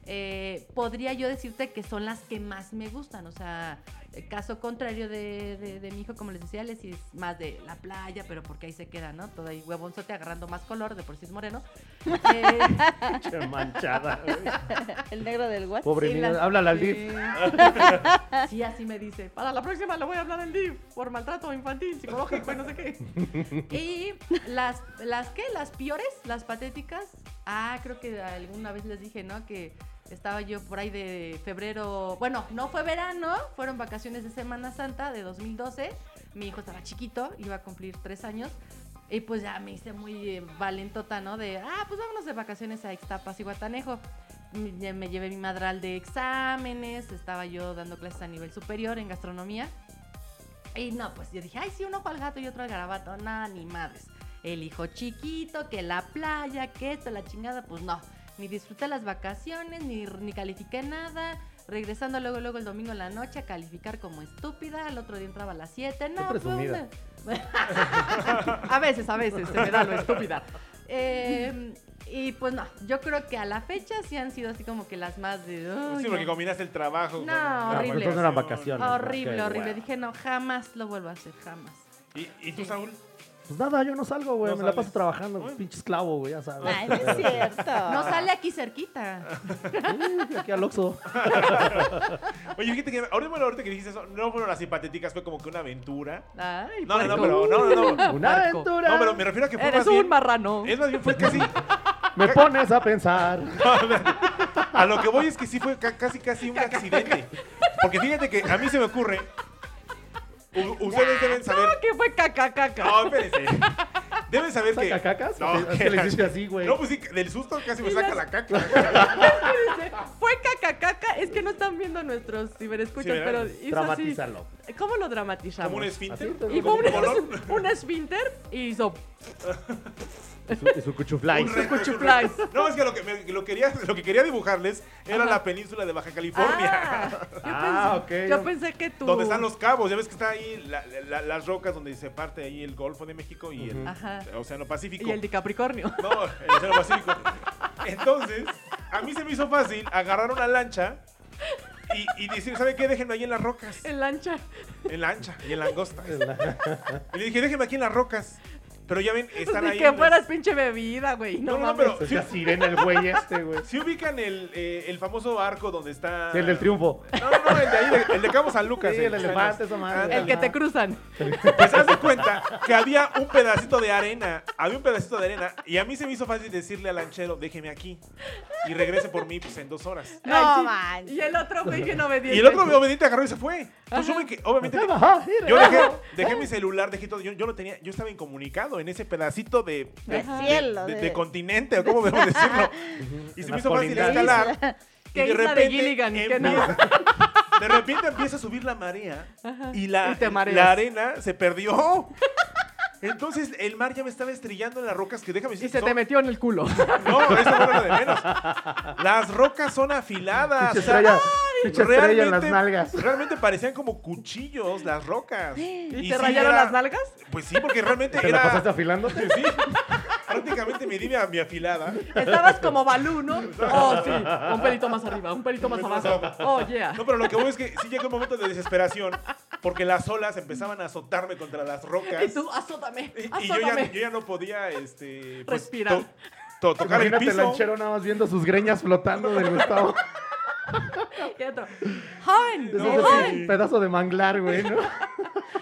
Eh, podría yo decirte que son las que más me gustan, o sea, eh, caso contrario de, de- de mi hijo, como les decía, él sí es más de la playa, pero porque ahí se queda, ¿no? Todo ahí huevonzote agarrando más color, de por sí es moreno. Eh,
Che manchada. güey.
El negro del WhatsApp.
Pobre
Sí,
niño.
la-
Háblale al
Sí.
DIF.
Sí, así me dice. Para la próxima le voy a hablar al DIF por maltrato infantil, psicológico y no sé qué. Y las, las qué, las peores, las patéticas. Ah, creo que alguna vez les dije, ¿no? Que estaba yo por ahí de febrero. Bueno, no fue verano, fueron vacaciones de Semana Santa de 2012. Mi hijo estaba chiquito, iba a cumplir tres años. Y pues ya me hice muy eh, valentota, ¿no? De, ah, pues vámonos de vacaciones a Ixtapas y Guatanejo. Me me llevé mi madral de exámenes, estaba yo dando clases a nivel superior en gastronomía. Y no, pues yo dije, ay, sí, un ojo al gato y otro al garabato. No, ni madres. El hijo chiquito, que la playa, que esto, la chingada, pues no. Ni disfruté las vacaciones, ni, ni califiqué nada. regresando luego, luego el domingo en la noche a calificar como estúpida, al otro día entraba a las 7, no,
presumida.
pues, no. a veces, a veces, se me da lo estúpida. Eh, y pues no, yo creo que a la fecha sí han sido así como que las más de... "Ay,
Sí, porque
no".
combinaste el trabajo.
No, horrible.
entonces no eran vacaciones.
Horrible,
Ok,
horrible.
bueno.
Dije, no, jamás lo vuelvo a hacer, jamás.
¿Y, y tú, Saúl?
Pues nada, yo no salgo, güey.
No
me la paso
sales.
trabajando,
Bueno.
pinche esclavo, güey, ya sabes.
Ay, no es cierto.
Ah.
No sale aquí cerquita.
Sí, aquí al Oxxo.
Oye, fíjate que ahorita, bueno, ahorita que dijiste eso, no fueron así patéticas, fue como que una aventura.
Ay,
No, no, no,
puerco.
pero, no, no, no.
Una
Marco.
aventura.
No, pero me refiero a que fue
Eres
más
un
bien-
marrano.
Es más bien fue casi.
Me pones a pensar.
A lo que voy es que sí fue ca- casi, casi un accidente. Porque fíjate que a mí se me ocurre. u- Ustedes deben saber.
¿Cómo que fue caca, caca?
No, espérense. Deben saber que.
¿Saca cacas?
No,
¿O qué-
que-
qué le hiciste así, güey?
No, pues sí, del susto casi me
Y
saca
las-
la caca.
Dice, Fue caca, caca. Es que no están viendo nuestros ciberescuchas,
Sí,
pero
¿verdad?
hizo así.
Dramatízalo.
¿Cómo lo dramatizamos?
Como un esfínter.
Así, te-
y fue
como
un,
un colón.
un esfínter y hizo
Y su, y su cuchuflay.
Un recto, es un
cuchuflay.
recto. No, es que lo que, me- lo quería, lo que quería dibujarles era
Ajá.
la península de Baja California.
Ah, yo, pensé,
Ah, ok,
yo
no.
pensé que tú.
Donde están los cabos, ya ves que está ahí la- la- las rocas donde se parte ahí el Golfo de México y el
Ajá.
Océano Pacífico.
Y el de Capricornio.
No, el Océano Pacífico. Entonces, a mí se me hizo fácil agarrar una lancha y, y decir, ¿sabe qué? Déjenme ahí en las rocas.
El lancha.
En lancha y en langosta. Y le dije, déjenme aquí en las rocas. Pero ya ven, están
Pues Ni
ahí.
que
en las-
fueras pinche bebida, güey. No,
No, no, no,
mames.
pero
Se hacía sirena el güey este, güey.
si ubican el, eh, el famoso barco donde está.
Sí, el del triunfo.
No, no, no, el de ahí, de- el de Cabo San Lucas.
Sí, el elefante, esa madre.
Ándale.
El que te cruzan.
Pues haz de cuenta que había un pedacito de arena. Había un pedacito de arena. Y a mí se me hizo fácil decirle al lanchero, déjeme aquí. Y regrese por mí pues, en dos horas.
No
Ay, sí.
manches.
Y el otro güey bien obediente.
Y el otro obediente agarró y se fue. Entonces yo me que, obviamente.
Ya bajó, Ah, mira.
Yo dejé, dejé mi celular, dejé todo. Yo, yo no tenía, yo estaba incomunicado en ese pedacito de, de-
Del cielo,
de-
de-
de continente, o cómo debemos decirlo. Y se me
Las
hizo fácil
colindancias.
escalar.
¿Qué isla de Gilligan? ¿Qué no?
empieza- de repente empieza a subir la marea y la,
Y te mareas.
la arena se perdió. Entonces el mar ya me estaba estrellando en las rocas que déjame decir
Y
que
se
son-
te metió en el culo.
No, eso no era lo de menos. Las rocas son afiladas.
Pinche
o sea,
estrella. Pinche estrella en las
realmente-
nalgas.
Realmente parecían como cuchillos las rocas.
¿Y,
Y
te
sí
rayaron
era-
las nalgas?
Pues sí, porque realmente
¿Te
era.
la pasaste afilándote?
Sí, prácticamente me di a mi afilada.
Estabas como Balú, ¿no? Oh, sí. Un pelito más arriba, un pelito más abajo. Oh, yeah.
No, pero lo que voy es que sí llegó un momento de desesperación porque las olas empezaban a azotarme contra las rocas.
Y tú, azótame,
Y- y yo, ya,
azótame.
yo ya no podía este, pues,
Respirar.
to- to- tocar el
Imagínate el
piso.
lanchero nada más viendo sus greñas flotando del Gustavo.
Y otro, joven,
Ese
No,
es
joven.
un pedazo de manglar, güey, ¿no?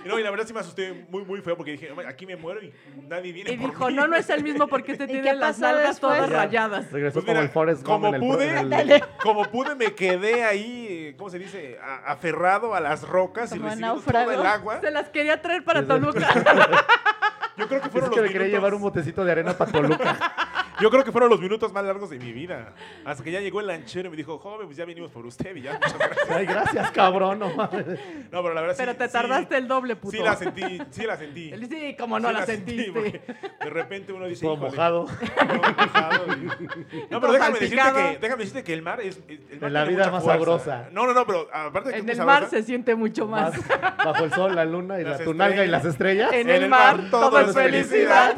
Y no, y la verdad sí me asusté muy, muy feo porque dije, "No, aquí me muero y nadie viene.
Y
por
dijo,
mí".
no, no es el mismo porque te
¿Y
tiene
qué
las
pasó
nalgas
después?
todas
Ya.
rayadas.
Regresó
Pues
como
mira,
el Forrest Gump
como
en el-
pude,
en el-
como pude me quedé ahí, ¿cómo se dice? A- aferrado a las rocas
Como
y recibiendo
náufrago.
todo el agua.
Se las quería traer para
Desde-
Toluca.
Yo creo que
Es
fueron
que
los
le quería
minutos.
llevar un botecito de arena para Toluca.
Yo creo que fueron los minutos más largos de mi vida. Hasta que ya llegó el lanchero y me dijo, joven, pues ya venimos por usted y ya. muchas gracias".
Ay, gracias, cabrón. No mames.
No, pero la verdad sí-
Pero te
sí-
tardaste el doble, puto.
Sí la sentí, sí la sentí.
Él, Sí, como no
Sí
la
porque
sentiste.
de repente uno dice,
Todo
"Híjole".
mojado.
Todo mojado y- No, pero déjame decirte,
salpicado.
que, déjame decirte que el mar es... es- el mar
En la
tiene
vida
mucha
más
fuerza.
sabrosa.
No, no, no, pero aparte de que
En el
es muy
¿eh?
mar
sabrosa,
se siente mucho más.
Bajo el sol, la luna y
Las
la, tu nalga y
estrellas.
las estrellas.
En el mar, todo
Todo
es felicidad.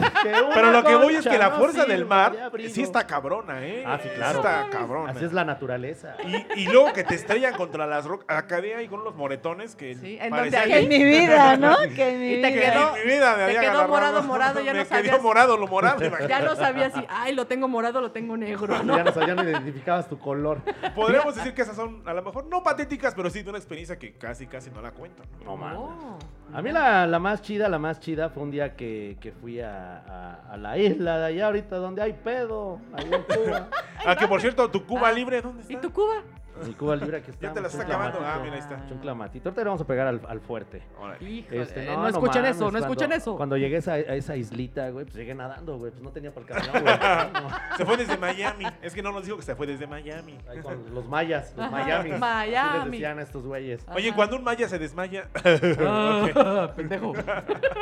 Pero lo que voy es que la fuerza del mar sí está cabrona, ¿eh?
Ah, sí, claro.
Está cabrona.
Así es la naturaleza.
y, y luego que te estrellan contra las rocas. Acabé ahí con unos moretones que
Sí, en
parecía
donde
Que en mi vida, ¿no? Que en mi
Y te
que
vida.
quedó-
en mi vida me
te
había
quedó
agarrado.
morado, morado, ya no
Me quedó
sabías.
morado, lo morado.
Ya
imagínate.
no sabía si, ay, lo tengo morado, lo tengo negro, ¿no?
Ya no sabían, identificabas tu color.
Podríamos decir que esas son, a lo mejor, no patéticas, pero sí de una experiencia que casi, casi no la cuento. ¿no?
No mames.
Oh.
A mí la, la más chida, la más chida fue un día que, que fui a, a- a la isla de allá ahorita donde hay pedo. Allá en Cuba.
Ah, que por cierto, tu Cuba
Ah.
libre, ¿dónde está?
¿Y tu Cuba?
En Cuba libre que está.
Ya te la
mucho
está acabando. Ah,
clamatito,
mira, ahí está. eh,
mucho clamatito. Ahorita le vamos a pegar al, al fuerte.
Órale.
Híjole,
Este,
no, escuchen
mames,
eso, no
cuando-
escuchen eso.
Cuando llegué a esa, a esa islita, güey, pues llegué nadando, güey. Pues no tenía para el camión, güey. No.
Se fue desde Miami. Es que no nos dijo que se fue desde Miami.
Ahí con los mayas, los
Ajá,
Miami.
Miami.
les decían a estos güeyes.
Ah.
Oye,
Ajá.
cuando un maya se desmaya.
Ah, pendejo.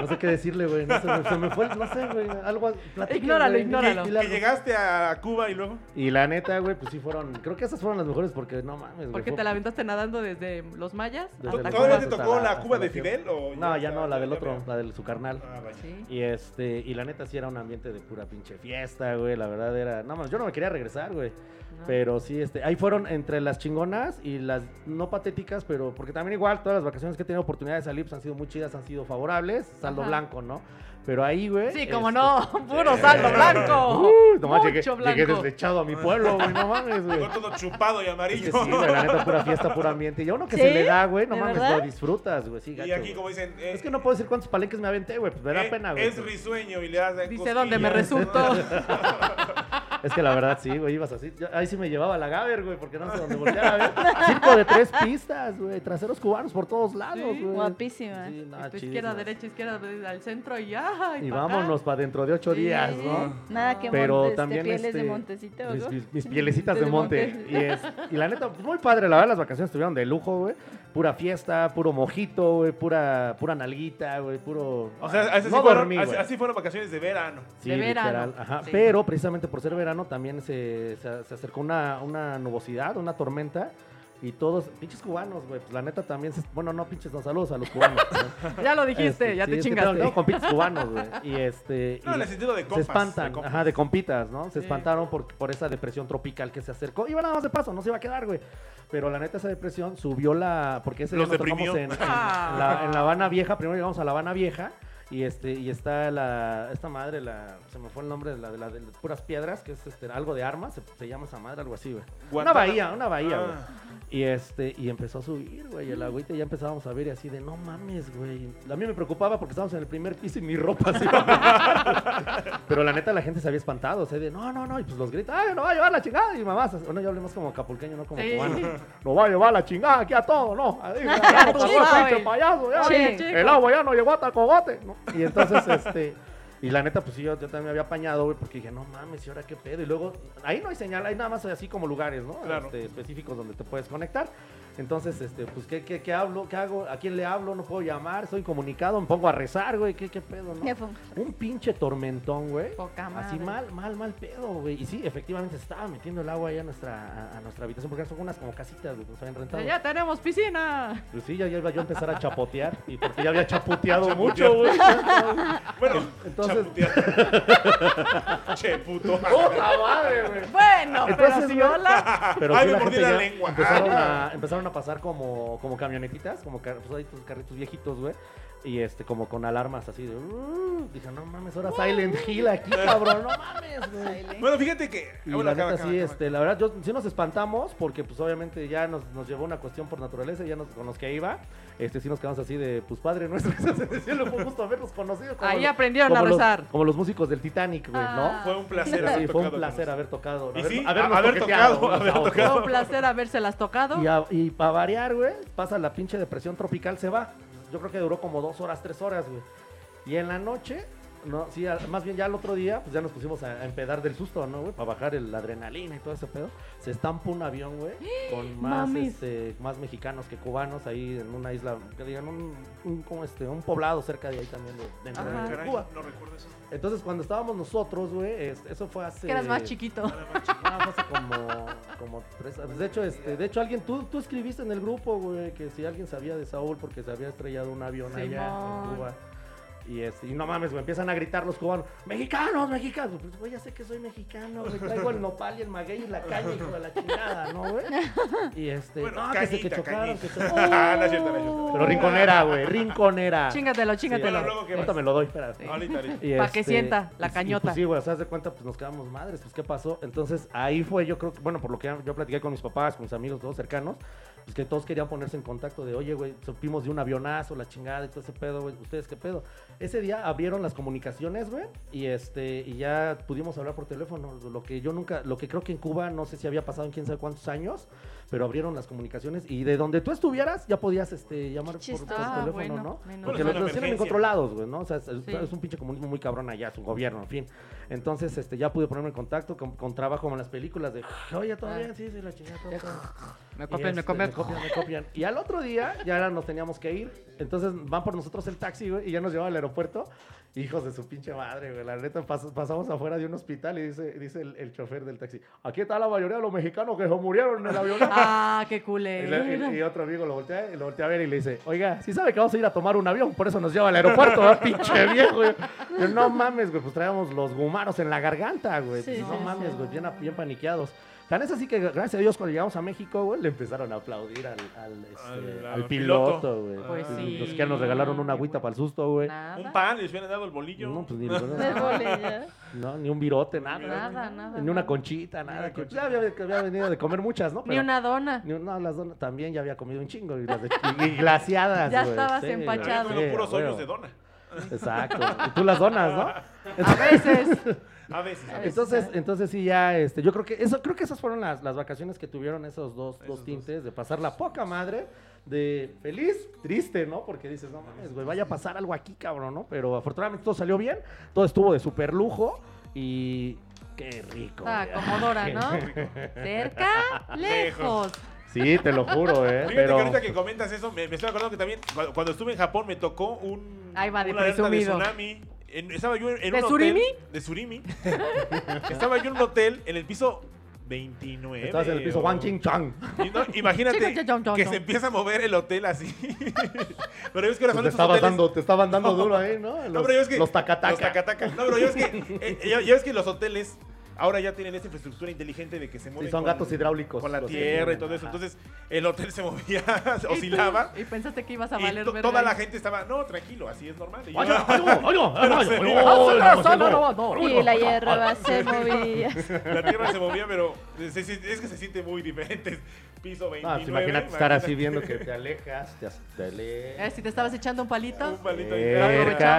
No sé qué decirle, güey. No sé, se, me fue, no sé, güey. Algo. platiquen,
Ignóralo,
güey,
ignóralo.
dile
que
algo.
llegaste a Cuba y luego.
Y la neta, güey, pues sí fueron. Creo que esas fueron las mejores porque güey, no mames, güey.
Porque
fue-
te la aventaste nadando desde los mayas
Desde
hasta
los
¿Todavía
Cuba.
te
hasta
tocó
la-
la
hasta
Cuba
la
de
tierra.
Fidel? o
No, ya no, la del
ya
otro,
había?
la de su carnal.
Ah, vaya.
Sí.
Y este, y la neta sí era un ambiente de pura pinche fiesta, güey. La verdad era. No, mames, yo no me quería regresar, güey.
No.
Pero sí, este, ahí fueron entre las chingonas y las no patéticas, pero porque también igual todas las vacaciones que he tenido oportunidad de salir pues, han sido muy chidas, han sido favorables, saldo
Ajá.
blanco, ¿no? Pero ahí, güey.
Sí, como
este,
no, puro saldo blanco.
Uy, nomás llegué,
Mucho
llegué
blanco.
deslechado a mi pueblo, güey, no mames, güey.
Con todo chupado y
Es que
amarillo.
sí, güey, la neta, pura fiesta, puro ambiente. Y a uno que
¿Sí?
se le da, güey, no
¿De
mames,
verdad?
lo disfrutas, güey, sí, gacho,
y aquí,
güey.
como dicen, eh,
Es que no puedo decir cuántos palenques me aventé, güey, pues me da
eh,
pena, güey.
Es risueño y le das.
Dice donde me resultó.
Es que la verdad sí, güey, ibas así. Yo- ahí sí me llevaba la Gaber, güey, porque no sé dónde voltear a ver. Circo de tres pistas, güey, traseros cubanos por todos lados, güey.
Sí,
Guapísima.
Sí, no,
Tu
chis,
izquierda,
no.
derecha, izquierda, derecha, al centro y ya.
Y
pa' acá.
vámonos para dentro de ocho
Sí.
días, ¿no?
Nada que
Pero
montes,
también,
pieles de
este,
montecito.
Mis,
¿no?
mis- mis pielecitas de
Desde
monte.
monte.
Y, es- y la neta, pues, muy padre, la verdad, las vacaciones estuvieron de lujo, güey. Pura fiesta, puro mojito, güey, pura, pura nalguita, güey, puro...
O sea, así,
no
fueron,
dormí,
así-
güey.
así fueron vacaciones de verano.
Sí,
De verano.
literal, ajá.
Sí.
Pero precisamente por ser verano también se, se, se acercó una, una nubosidad, una tormenta. Y todos, pinches cubanos, güey, pues la neta también, se- bueno, no pinches, no saludos a los cubanos. ¿no?
Ya lo dijiste,
Este,
ya
sí,
te
es que
chingaste.
tengo- tengo compitas cubanos, güey. Y este...
No,
y
en el sentido de
se
compas.
espantan,
de compas.
ajá, de compitas, ¿no? Se
Sí.
espantaron por, por esa depresión tropical que se acercó. Iba nada más de paso, no se iba a quedar, güey. Pero la neta, esa depresión subió la. Porque ese día
Los
nos tocamos
deprimió.
en, en-
Ah.
en la, en La Habana Vieja. Primero llegamos a La Habana Vieja. Y, este, y está la, esta madre, la, se me fue el nombre, la de las de puras piedras, que es este, algo de armas, se, se llama esa madre, algo así, güey. Una
Guantánamo.
bahía, una bahía, güey.
Ah.
Y este, y empezó a subir, güey. El agüita y ya empezábamos a ver y así de no mames, güey. A mí me preocupaba porque estábamos en el primer piso y mi ropa así. Pero la neta la gente se había espantado, o sea, de no, no, no, y pues los gritos, ay, no va a llevar la chingada. Y mamás, así- bueno, yo hablé más como acapulqueño, no como
Sí.
cubano. No va a llevar la chingada aquí a todo, no. Adiós,
Ya,
pasó
chico,
el pinche
güey.
payaso, ya.
Oye, chico.
El agua ya no llegó hasta el cogote. ¿no? Y entonces, este. Y la neta, pues sí, yo, yo también me había apañado, güey, porque dije, no mames, ¿y ahora qué pedo? Y luego, ahí no hay señal, hay nada más así como lugares, ¿no?
Claro.
Este, específicos donde te puedes conectar. Entonces, este, pues, ¿qué, qué, qué hablo? ¿Qué hago? ¿A quién le hablo? No puedo llamar, soy comunicado, me pongo a rezar, güey, ¿qué, qué pedo, no?
Ya fue.
Un pinche tormentón, güey.
Poca
Así
madre.
mal, mal, mal pedo, güey. Y sí, efectivamente se estaba metiendo el agua ahí a nuestra, a, a nuestra habitación, porque son unas como casitas, güey, que nos habían rentado.
Ya tenemos piscina.
Pues sí, ya, ya iba yo a empezar a chapotear, y porque ya había chapoteado mucho, güey.
Ah, Bueno,
Entonces- Oh,
chaputeado. che, puto.
¡Puta madre, güey!
Bueno,
Entonces,
pero si
güey,
hola.
Pero
Ay,
sí,
Ah, me
la
mordí
gente
la
ya
lengua. Ah.
Empezaron a, empezaron a pasar como, como camionetitas, como car- pues, ahí tus carritos viejitos, güey. Y este, como con alarmas así de. "Uh". dije, no mames, ahora Silent
Uh.
Hill aquí, cabrón, no mames, güey.
Bueno, fíjate que.
Y
bueno,
la
acaba,
neta,
acaba,
sí,
acaba.
este, la verdad, yo, sí nos espantamos porque, pues, obviamente ya nos, nos llevó una cuestión por naturaleza, ya nos, con los que iba, este, sí nos quedamos así de, pues, padre nuestro, que se decía, lo fue justo haberlos conocido. como
Ahí
los-
aprendieron a
como los-
rezar.
como los músicos del Titanic, güey,
Ah.
¿no?
Fue un placer.
Pero
haber
sí, fue un
tocado
placer
con
haber tocado.
Y
haber-
sí,
habernos
haber
toqueteado
tocado,
unos a
haber
otros.
Fue un placer habérselas tocado.
Y, para variar, güey, pasa la pinche depresión tropical, se va. Yo creo que duró como dos horas, tres horas, güey. Y en la noche, no, sí, a- más bien ya el otro día, pues ya nos pusimos a, a empedar del susto, ¿no, güey? Para bajar el- la adrenalina y todo ese pedo. Se estampa un avión, güey, con más,
Mames.
este, más mexicanos que cubanos ahí en una isla, que digan, un, un, como este, un poblado cerca de ahí también, de, dentro de
Ajá.
Caray,
Cuba.
no recuerdo eso.
Entonces, cuando estábamos nosotros, güey, es- eso fue hace...
Que eras más chiquito.
No, fue hace como, como tres años. De hecho, este, de hecho alguien, tú, tú escribiste en el grupo, güey, que si alguien sabía de Saúl porque se había estrellado un avión allá en
Simón.
Cuba. Y, este, y no mames, güey, empiezan a gritar los cubanos, mexicanos, mexicanos. Pues, güey, ya sé que soy mexicano, güey, traigo el nopal y el maguey y la caña, hijo de la chingada, ¿no, güey? Y este,
Bueno,
no, que se que
cañita,
chocaron,
cañita.
que chocaron.
Ah, no es cierto, no es cierto.
Pero rinconera, güey, rinconera.
Chingatelo, chingatelo.
Bueno, luego que-
Ahorita me lo doy, espera.
Sí.
Ahorita, ahorita.
Y, este,
Pa' que sienta la
y- y,
cañota.
pues, sí, güey, o sea, haz de cuenta, pues nos quedamos madres, pues qué pasó. Entonces ahí fue, yo creo que, bueno, por lo que yo platiqué con mis papás, con mis amigos, todos cercanos, pues que todos querían ponerse en contacto de, oye, güey, supimos de un avionazo, la chingada y todo ese pedo, güey, ustedes qué pedo. Ese día abrieron las comunicaciones, güey, y este, y ya pudimos hablar por teléfono, lo que yo nunca, lo que creo que en Cuba, no sé si había pasado en quién sabe cuántos años, pero abrieron las comunicaciones y de donde tú estuvieras ya podías, este, llamar por, por
chistoso.
Ah,
teléfono,
bueno,
¿no?
menos
Porque
mal.
los, los tienen
Emergencia.
incontrolados, güey, ¿no? O sea, es, es-
Sí.
es un pinche comunismo muy cabrón allá, su gobierno, en fin. Entonces, este, ya pude ponerme en contacto con, con trabajo en las películas de, oye, todo
Ah.
bien, sí, sí, la chingada, todo bien". Y
Me
este, me copian, me copian. Y al otro día ya era- nos teníamos que ir. Entonces van por nosotros el taxi, güey, y ya nos llevan al aeropuerto. Hijos de su pinche madre, güey. La neta, pas- pasamos afuera de un hospital y dice, dice el, el chofer del taxi: Aquí está la mayoría de los mexicanos que se murieron en el avión.
Ah, qué
Y, le-
culero.
y- y otro amigo lo voltea, y lo voltea a ver y le dice, oiga, si sabe que vamos a ir a tomar un avión, por eso nos lleva al aeropuerto, ¿verdad, pinche viejo. güey?" Yo, no mames, güey, pues traíamos los gumaros en la garganta, güey.
Sí,
Pues, no
sí,
mames,
sí.
güey, bien, bien paniqueados. Tan es así que, gracias a Dios, cuando llegamos a México, güey, le empezaron a aplaudir al, al, este,
Al-
al,
al piloto.
piloto, güey.
Pues
Sí,
sí.
Los que nos regalaron una agüita para el susto, güey.
Nada.
Un pan, les hubieran dado el bolillo.
No, pues ni,
Híjole,
no, ni un virote, nada.
Nada, nada.
Ni una conchita, nada. que ya había, que había venido de comer muchas, ¿no?
Ni
Pero-
una dona.
Ni un- No, las donas también ya había comido un chingo y las de- y- y glaciadas.
Ya
güey.
estabas
Habían
empachado.
comido
sí,
puros
güey.
hoyos de dona.
Exacto. Y tú las donas, ¿no?
A veces.
A veces. a veces.
Entonces, entonces sí ya, este, yo creo que eso, creo que esas fueron las, las vacaciones que tuvieron esos dos,
Esos
dos
dos.
tintes de pasar la poca madre, de feliz, triste, ¿no? Porque dices, no mames, güey, vaya a pasar algo aquí, cabrón, ¿no? Pero afortunadamente todo salió bien, todo estuvo de super lujo y qué rico.
Está
güey.
acomodora, ¿no? Cerca, lejos.
Sí, te lo juro, eh.
Fíjate
pero
que ahorita que comentas eso, me, me estoy acordando que también cuando, cuando estuve en Japón me tocó un,
Ahí va de
una alerta de
presumido.
tsunami. En- estaba yo en, en
¿De
un
surimi?
hotel. ¿De Surimi? estaba yo en un hotel en el piso 29.
estabas en el piso
o-
Wang Ching Chang.
Y no, imagínate
Chica, chon, chon,
que
chon.
se empieza a mover el hotel así. pero es que ahora
Pues
son
te
esos
estaban
hoteles-
dando, te estaban dando duro ahí, ¿no? Los,
No, pero yo es que.
los tacataca.
Los tacataca. No, pero yo es que. eh, eh, ya- ya es que los hoteles ahora ya tienen esta infraestructura inteligente de que se mueven.
Sí, son
con-
gatos hidráulicos.
Con la
los que
tierra y
tienen,
todo eso.
ajá.
Entonces, el hotel se movía,
¿Y tú?
oscilaba.
Y pensaste que ibas a
Y
valer
to-
verga
toda la
ahí.
gente estaba, no, tranquilo, así es normal. Y yo,
¡Oye, oye, oye, oye, oye,
Ah,
Ah,
ya. Y la hierba se movía.
la tierra se movía, pero se- se- es que se siente muy diferente. Piso 29.
No, pues imagínate estar así viendo que te alejas, te, as- te
Eh,
alejas.
si te estabas echando un palito,
Un palito ahí.
lo
Cerca.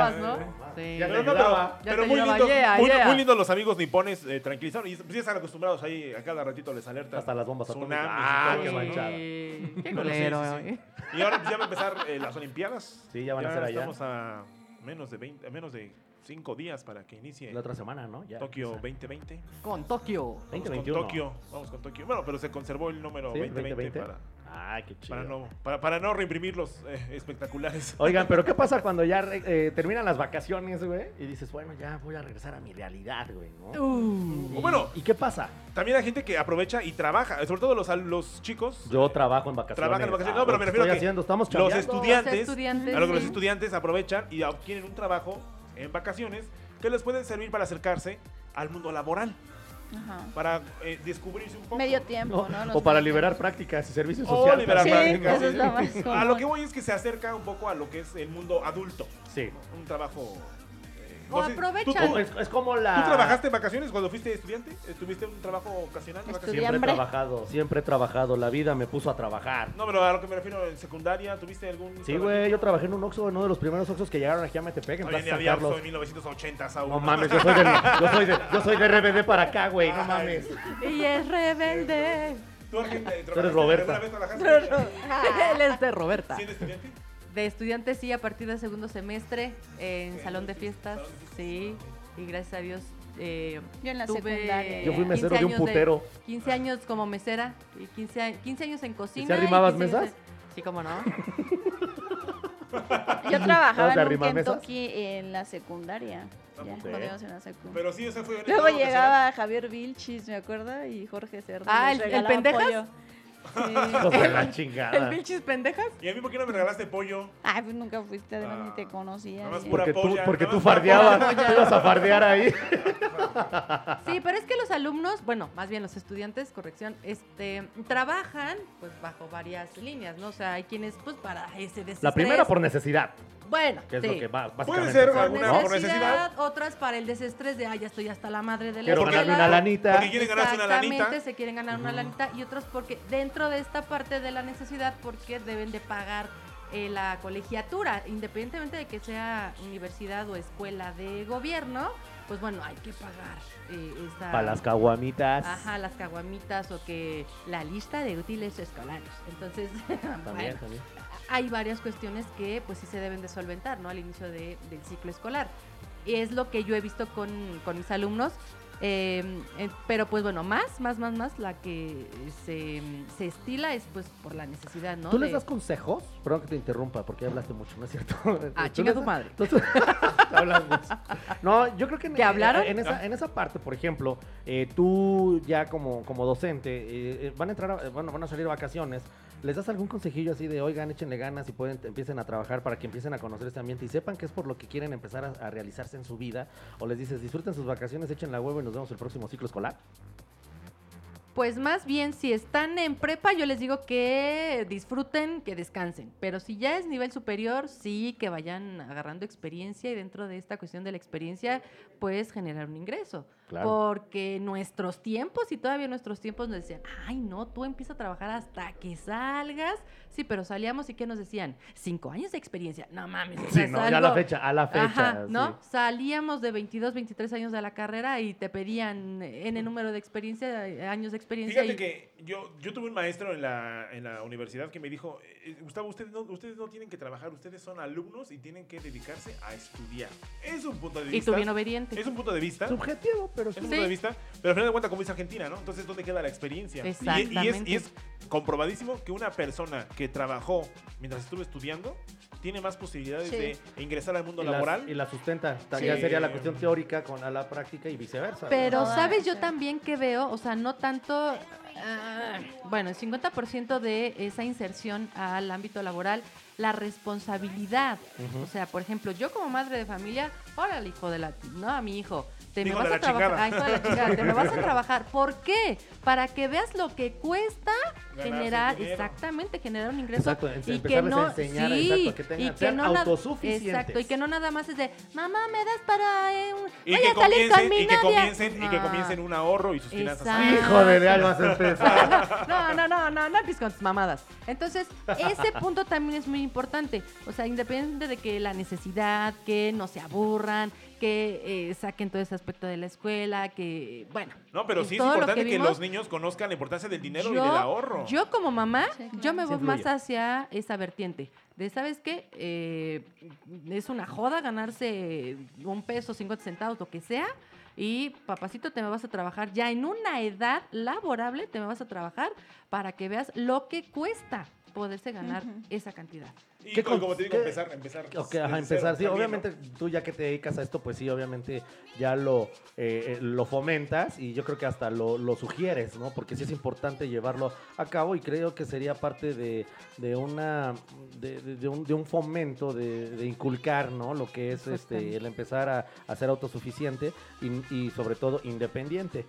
aprovechabas, ¿no? Sí.
Ya te
Pero, no, pero,
ayudaba.
Ya
pero
te
muy
ayudaba.
lindo,
Yeah,
muy,
yeah.
muy lindo los amigos nipones eh, tranquilizaron y pues, ya están acostumbrados ahí a cada ratito les alerta.
Hasta las bombas atómicas.
tsunamis y
Ah,
todo.
qué manchada.
Sí. Qué
Pero sí,
culero.
sí, sí.
eh.
Y ahora pues, ya va a empezar eh, las Olimpiadas.
Sí, ya van a ser allá.
Estamos a menos de 20, a menos de 5 días para que inicie
La otra semana, ¿no? Ya.
Tokio
empieza.
2020.
Con Tokio.
Vamos
2021.
con Tokio, vamos con Tokio. Bueno, pero se conservó el número
¿Sí?
2020
2020.
para,
Ah, qué chido.
para no, para, para no reimprimir los eh, espectaculares.
Oigan, pero ¿qué pasa cuando ya re- eh, terminan las vacaciones, güey? Y dices, bueno, ya voy a regresar a mi realidad, güey, ¿no?
Uh.
O bueno,
¿Y qué pasa?
también hay gente que aprovecha y trabaja, sobre todo los, al- los chicos.
Yo trabajo en vacaciones.
Trabajan en vacaciones. No,
Ah,
pero me refiero
estoy
a que
haciendo, estamos
los
chambeando.
estudiantes,
Los estudiantes,
a lo que los
sí.
estudiantes aprovechan y obtienen un trabajo en vacaciones que les pueden servir para acercarse al mundo laboral,
Ajá.
para eh, descubrirse un poco.
Medio tiempo, ¿no? Los
O para
medios
liberar prácticas y servicios
O
sociales.
liberar
Sí,
prácticas.
eso es lo más
A lo
común.
que voy es que se acerca un poco a lo que es el mundo adulto,
Sí. Pues,
un trabajo. eh,
O
no sé, ¿tú,
aprovechan.
tú-
O Oh, Es, es como la...
tú trabajaste en vacaciones cuando fuiste estudiante? ¿Tuviste un trabajo ocasional? de vacaciones?
Estudiante.
Siempre he
hambre.
trabajado, siempre he trabajado. La vida me puso a trabajar.
No, pero a lo que me refiero, en secundaria, ¿tuviste algún.?
Sí,
trabajito?
güey, yo trabajé en un Oxxo, uno de los primeros Oxxos que llegaron aquí a Metepec, en
Oye,
Plaza
ni
San
había pues, Oxxo
Carlos.
en 1980, Saúl.
No mames, yo soy, del, yo, soy de, yo soy de RBD para acá, güey, no
Ay.
mames.
Y es rebelde.
¿Tú, Argen, eh,
Tú eres
trabajaste-
Roberta.
alguna vez trabajaste
Él es de Roberta.
siendo estudiante?
De estudiante, sí, a partir del segundo semestre, en salón de fiestas, sí. Y gracias a Dios. eh,
Yo en la
tuve
secundaria.
Yo fui
15
mesero de un
años
putero. Ah.
15 años como mesera y 15, a- 15 años en cocina. y
arrimabas
15 años
mesas?
en- Sí, cómo no.
Yo trabajaba
¿Vas a
en un
arrimar mesas?
Kentucky en la secundaria. Ya,
Ok.
cuando íbamos en la secu.
Pero sí, ese fue un
Luego
trabajo
llegaba Javier Vilchis, me acuerdo, y Jorge Cerdo.
Ah,
les
¿el- el
regalaba
pendejas?
pollo.
Hijos
Sí.
de la
¿El
chingada.
pinches pendejas?
ocasional. ¿Y a mí por qué no me regalaste pollo?
Ay, pues nunca fuiste, además
Ah.
ni te conocía.
Nada más
ni-
pura-
Porque tú,
polla,
porque
¿no?
tú
Una
fardeabas,
polla.
tú ibas a fardear ahí.
Sí, pero es que los alumnos, bueno, más bien los estudiantes, corrección, este, trabajan pues bajo varias líneas, ¿no? O sea, hay quienes pues para ese desestrés.
La primera por necesidad,
Bueno,
que es
sí.
lo que va básicamente.
ser
es,
Por
alguna
¿no?
necesidad,
por necesidad.
otras para el desestrés de, ay, ya estoy hasta la madre de la
Quiero
escuela.
ganarme una lanita.
Porque quieren ganarse una lanita.
Exactamente, se quieren ganar una lanita y otros porque dentro de esta parte de la necesidad porque deben de pagar eh, la colegiatura, independientemente de que sea universidad o escuela de gobierno, pues bueno, hay que pagar eh, esa-
Para las caguamitas.
Ajá, las caguamitas o que la lista de útiles escolares. Entonces,
También,
bueno,
también.
hay varias cuestiones que pues sí se deben de solventar, ¿no? Al inicio de- del ciclo escolar. Y es lo que yo he visto con, con mis alumnos. Eh, eh, pero pues bueno, más, más, más, más, la que se, se estila es pues por la necesidad, ¿no?
¿Tú les
De-
das consejos? Perdón que te interrumpa, porque ya hablaste mucho, ¿no es cierto?
Ah,
¿Tú
chinga
les
tu
das-
madre.
Entonces, hablas mucho. No, yo creo que en,
¿Te hablaron?
en esa, en esa parte, por ejemplo, eh, tú ya como, como docente, eh, eh, van a entrar, a- eh, bueno, van a salir a vacaciones. ¿Les das algún consejillo así de, oigan, échenle ganas y pueden, empiecen a trabajar para que empiecen a conocer este ambiente y sepan que es por lo que quieren empezar a, a realizarse en su vida? ¿O les dices, disfruten sus vacaciones, echen la huevo y nos vemos el próximo ciclo escolar?
Pues más bien, si están en prepa, yo les digo que disfruten, que descansen. Pero si ya es nivel superior, sí que vayan agarrando experiencia y dentro de esta cuestión de la experiencia, pues generar un ingreso.
Claro.
Porque nuestros tiempos, y todavía nuestros tiempos nos decían, ay no, tú empieza a trabajar hasta que salgas. Sí, pero salíamos y ¿qué nos decían? Cinco años de experiencia. No mames. o sea,
Sí,
es
no, ya a la
algo-
fecha, a la fecha.
Ajá, ¿no?
sí.
Salíamos de 22, 23 años de la carrera y te pedían N número de experiencia, eh, años de experiencia.
Fíjate
y-
que yo, yo tuve un maestro en la, en la universidad que me dijo, eh, Gustavo, ustedes no, ustedes no tienen que trabajar, ustedes son alumnos y tienen que dedicarse a estudiar. Es un punto de
Y
vista.
tú bien obediente.
es un punto de vista.
Subjetivo, pero
Es
sí.
un punto de vista. Pero al final de cuentas, como dice Argentina, ¿no? Entonces, ¿dónde queda la experiencia? Y- Y, es,
Exactamente.
y es comprobadísimo que una persona que trabajó mientras estuvo estudiando tiene más posibilidades
Sí.
de ingresar al mundo
y la-
laboral.
y la sustenta. Ta-
Sí.
Ya sería la cuestión teórica con a la práctica y viceversa.
Pero
Ah,
sabes yo
sí.
también que veo, o sea, no tanto, ah, bueno, el 50% de esa inserción al ámbito laboral, la responsabilidad. O sea, por ejemplo, yo como madre de familia, órale, hijo de la, no a mi hijo. Te me
Hijo
vas
de
a
la
trabajar,
chingada.
ah, hijo de la chingada, te me vas a trabajar. ¿Por qué? Para que veas lo que cuesta
Ganarse
generar,
dinero.
exactamente, generar un ingreso
Exacto, en- empezarles a enseñar, exacto, que tengan- sean
na-
autosuficientes.
Exacto, y que no nada más es de, mamá, me das para eh, un-
Y
voy
que
a salir con
comiencen,
mi
y que
novia?". Ah.
comiencen, y que
No.
comiencen un ahorro y sus finanzas.
Exacto.
sanas.
Hijo de algo vas a empezar.
no, no, no, no, no empieces con tus mamadas. Entonces, ese punto también es muy importante. O sea, independiente de que la necesidad, que no se aburran, que eh, saquen todo ese aspecto de la escuela, que, bueno.
No, pero sí es
todo lo
importante que,
vimos,
los niños conozcan la importancia del dinero y
yo-
del ahorro.
Yo como mamá,
Sí, claro.
yo me
Sí
voy
influye.
más hacia esa vertiente. De, ¿sabes qué? Eh, es una joda ganarse un peso, 50 centavos, lo que sea. Y papacito, te me vas a trabajar ya en una edad laborable, te me vas a trabajar para que veas lo que cuesta poderse ganar
Ujú.
esa cantidad.
y
¿qué
co- y
con-
como te digo,
qué-
empezar, empezar.
Ok,
desde
ajá,
cero
empezar. Sí,
también, ¿no?
obviamente tú ya que te dedicas a esto, pues sí, obviamente ya lo, eh, eh, lo fomentas y yo creo que hasta lo, lo sugieres, ¿no? Porque sí es importante llevarlo a cabo y creo que sería parte de, de una de, de- de un, de un fomento de, de inculcar, ¿no? Lo que es este
Justamente.
el empezar a, a ser autosuficiente y, y sobre todo independiente.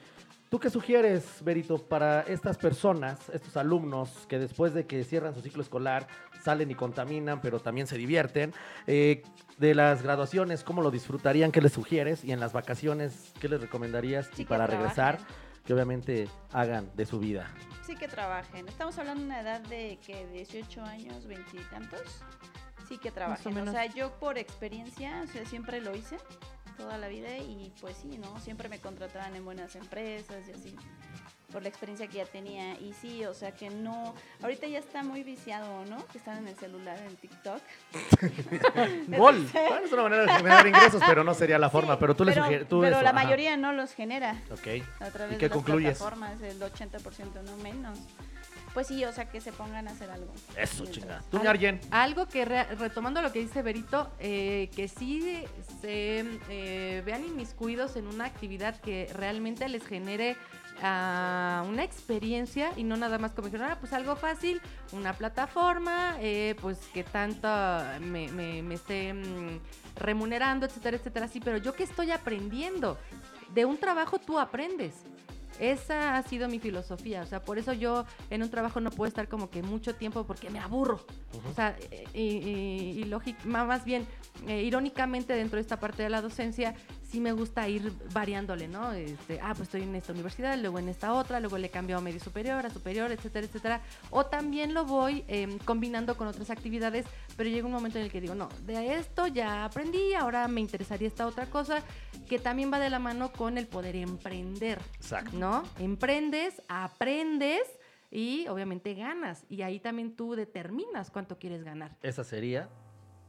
¿Tú qué sugieres, Berito, para estas personas, estos alumnos que después de que cierran su ciclo escolar salen y contaminan, pero también se divierten? Eh, de las graduaciones, ¿cómo lo disfrutarían? ¿Qué les sugieres? Y en las vacaciones, ¿qué les recomendarías?
Sí,
y
que
para regresar,
trabajen.
que obviamente hagan de su vida.
Sí que trabajen. Estamos hablando de una edad de que 18 años, 20 y tantos. Sí que trabajen. o,
menos.
sea, yo por experiencia, o sea, siempre lo hice toda la vida y pues sí, ¿no? Siempre me contrataban en buenas empresas y así. Por la experiencia que ya tenía. Y sí, o sea que no. Ahorita ya está muy viciado, ¿no? Que están en el celular, en TikTok.
¡Gol! Bueno, es una manera de generar ingresos, pero no sería la forma.
Sí,
pero tú le
pero,
sugieres. tú
pero
eso,
la
ajá.
mayoría no los genera.
Ok.
a través
¿Y qué
de las
concluyes?
plataformas, el 80% no menos. Pues sí, o sea, que se pongan a hacer algo.
Eso,
Mientras-
chingada. Tú,
Al-
mi Arjen.
Algo que, re- retomando lo que dice Berito, eh, que sí se eh, vean inmiscuidos en una actividad que realmente les genere ah, una experiencia y no nada más como dijeron, ah, pues algo fácil, una plataforma, eh, pues que tanto me, me- me esté mm, remunerando, etcétera, etcétera, sí, pero yo que estoy aprendiendo, de un trabajo tú aprendes. Esa ha sido mi filosofía, o sea, por eso yo en un trabajo no puedo estar como que mucho tiempo porque me aburro. O sea, eh, y, y- y lógic- ma- más bien, eh, irónicamente dentro de esta parte de la docencia, sí me gusta ir variándole, ¿no? Este, ah, pues estoy en esta universidad, luego en esta otra, luego le cambio a medio superior, a superior, etcétera, etcétera. O también lo voy eh, combinando con otras actividades, pero llega un momento en el que digo, no, de esto ya aprendí, ahora me interesaría esta otra cosa, que también va de la mano con el poder emprender.
Exacto.
¿no? Emprendes, aprendes y obviamente ganas. Y ahí también tú determinas cuánto quieres ganar.
Esa sería tu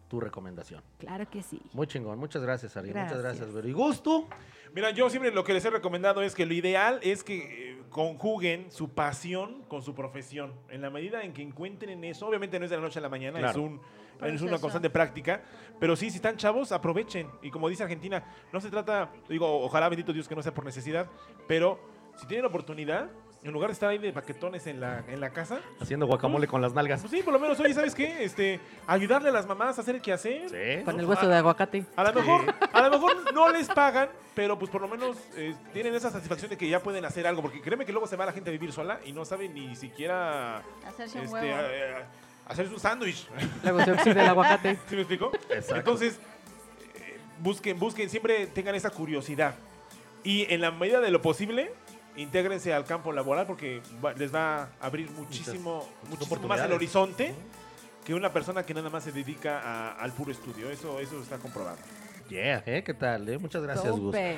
tu recomendación.
Claro que sí.
Muy chingón. Muchas gracias, Ari. Muchas gracias,
Gracias.
Vero. Y gusto.
Mira, yo siempre lo que les he recomendado es que lo ideal es que eh, conjuguen su pasión con su profesión. En la medida en que encuentren eso, obviamente no es de la noche a la mañana,
Claro.
es, un, es una
Proceso.
constante práctica. Pero sí, si están chavos, aprovechen. Y como dice Argentina, no se trata, digo, ojalá bendito Dios que no sea por necesidad, pero si tienen oportunidad, en lugar de estar ahí de paquetones en la, en la casa,
Haciendo guacamole con las nalgas.
pues sí, por lo menos, oye, ¿sabes qué? Este, ayudarle a las mamás a hacer el quehacer.
Sí.
Con el hueso de aguacate.
A lo mejor, a lo mejor no les pagan, pero pues por lo menos eh, tienen esa satisfacción de que ya pueden hacer algo, porque créeme que luego se va la gente a vivir sola y no sabe ni siquiera
Hacerse un
este,
huevo.
a- a- hacerse un sándwich.
Luego se oxida el aguacate.
¿Sí me explico?
Exacto.
Entonces, eh, busquen, busquen, siempre tengan esa curiosidad. Y en la medida de lo posible, intégrense al campo laboral porque va- les va a abrir muchísimo,
muchas
muchísimo más el
oportunidades.
horizonte que una persona que nada más se dedica a- al puro estudio. Eso, eso está comprobado.
Yeah, ¿eh? ¿Qué tal? eh? Muchas gracias, Gus.
Súper.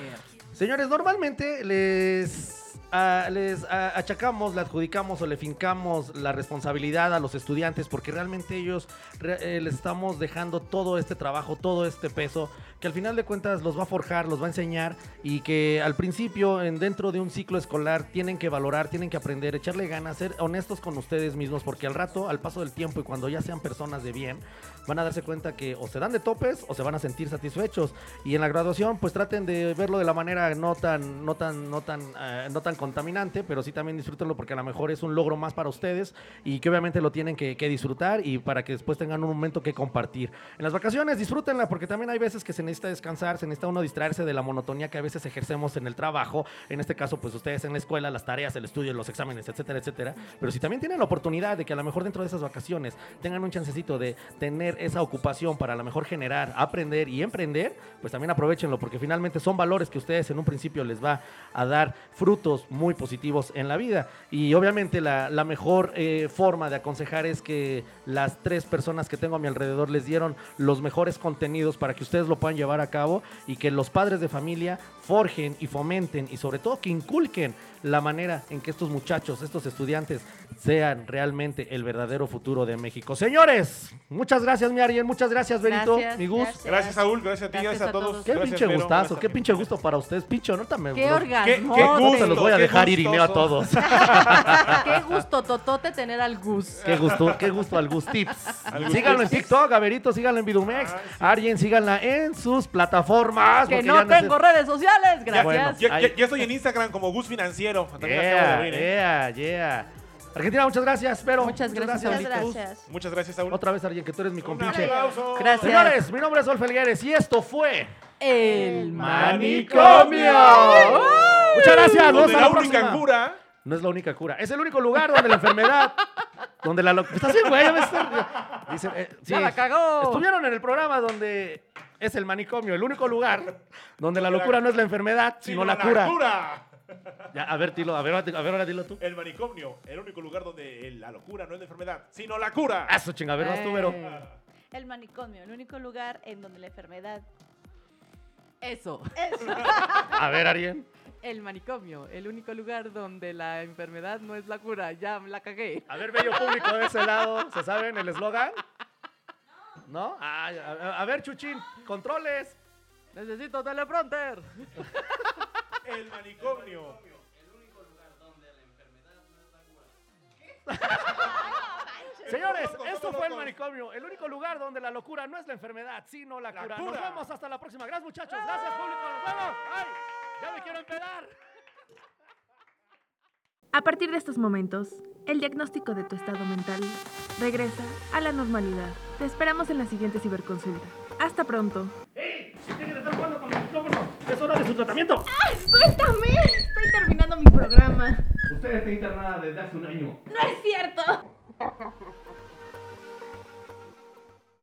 Señores, normalmente les, ah, les ah, achacamos, le adjudicamos o le fincamos la responsabilidad a los estudiantes porque realmente ellos re- eh, les estamos dejando todo este trabajo, todo este peso que al final de cuentas los va a forjar, los va a enseñar y que al principio en, dentro de un ciclo escolar tienen que valorar, tienen que aprender, echarle ganas, ser honestos con ustedes mismos porque al rato, al paso del tiempo y cuando ya sean personas de bien, van a darse cuenta que o se dan de topes o se van a sentir satisfechos. Y en la graduación, pues traten de verlo de la manera no tan, no tan, no tan, eh, no tan contaminante, pero sí también disfrútenlo porque a lo mejor es un logro más para ustedes y que obviamente lo tienen que, que disfrutar y para que después tengan un momento que compartir. En las vacaciones, disfrútenla porque también hay veces que se necesita descansar, se necesita uno distraerse de la monotonía que a veces ejercemos en el trabajo. En este caso, pues ustedes en la escuela, las tareas, el estudio, los exámenes, etcétera, etcétera. Pero si también tienen la oportunidad de que a lo mejor dentro de esas vacaciones tengan un chancecito de tener esa ocupación para a lo mejor generar, aprender y emprender, pues también aprovechenlo porque finalmente son valores que ustedes en un principio les va a dar frutos muy positivos en la vida. Y obviamente la, la mejor eh, forma de aconsejar es que las tres personas que tengo a mi alrededor les dieron los mejores contenidos para que ustedes lo puedan llevar a cabo y que los padres de familia forjen y fomenten y sobre todo que inculquen la manera en que estos muchachos, estos estudiantes sean realmente el verdadero futuro de México. Señores, muchas gracias mi Ariel, muchas gracias Benito,
Gracias,
mi Gus.
gracias.
Gracias, Saúl. Gracias a ti, gracias, a todos.
Qué
Gracias,
pinche
Vero,
gustazo,
gracias
qué
también.
pinche gusto para ustedes, pinche, no me
Qué orgasmo.
qué
no se los voy a
Qué
dejar
gustoso.
irineo a todos.
Qué gusto totote tener al Gus.
Qué gusto, qué gusto al Gus Tips.
Al Gus
Síganlo en
Tips.
TikTok, Averito, síganlo en Vidumex.
Ah,
Arjen, síganla en sus plataformas.
Que
porque
no
ya sé-
tengo redes sociales.
Ya,
Gracias.
ya-
Ay.
ya- ya estoy en Instagram como Gus Financiero. También acabo de
Yeah,
abrir, ¿eh?
yeah, yeah. Argentina, muchas gracias, pero
Muchas gracias,
Muchas
Saulito.
gracias.
Muchas gracias, Saúl.
Otra vez, Arjen, que tú eres mi
Un
compinche.
aplauso.
Gracias.
Señores, mi nombre es Olfe Algueres y esto fue
El
Manicomio. Muchas gracias, nos vemos a
Donde la
la
única
próxima.
cura.
No es la única cura. Es el único lugar donde la enfermedad. Donde la locura. Estás bien, güey. ya me estás- Dicen, eh, sí.
Ya la cagó.
Estuvieron en el programa donde es el manicomio, el único lugar donde la locura no es la enfermedad, sino la cura. Ya, a ver, dilo, a ver, a ver, ahora dilo tú.
El manicomio, el único lugar donde la locura no es la enfermedad, sino la cura.
Eso, Ah, chinga, a ver, vas tú, Vero.
Eh,
El manicomio, el único lugar en donde la enfermedad.
Eso.
A ver, Ariel.
El manicomio, el único lugar donde la enfermedad no es la cura. Ya me la cagué.
A ver, bello público de ese lado. ¿Se saben el eslogan? ¿No? Ay, a, a- a ver, Chuchín, controles.
Necesito teleprompter.
Ah.
El manicomio.
Señores,
Loco,
esto
loco,
fue el
loco.
manicomio, el único lugar donde la locura no es la enfermedad, sino la,
La
cura.
cura.
Nos vemos hasta la próxima. Gracias, muchachos. Gracias, público. Nos vemos. ¡Ay! ¡Ya me quiero empedar!
A partir de estos momentos, el diagnóstico de tu estado mental regresa a la normalidad. Te esperamos en la siguiente ciberconsulta. Hasta pronto.
¡Ey! ¡Se tiene que estar jugando con el micrófono! ¡Es hora de su tratamiento!
¡Suéltame! Estoy terminando mi programa.
Usted está internada desde hace un año.
¡No es cierto!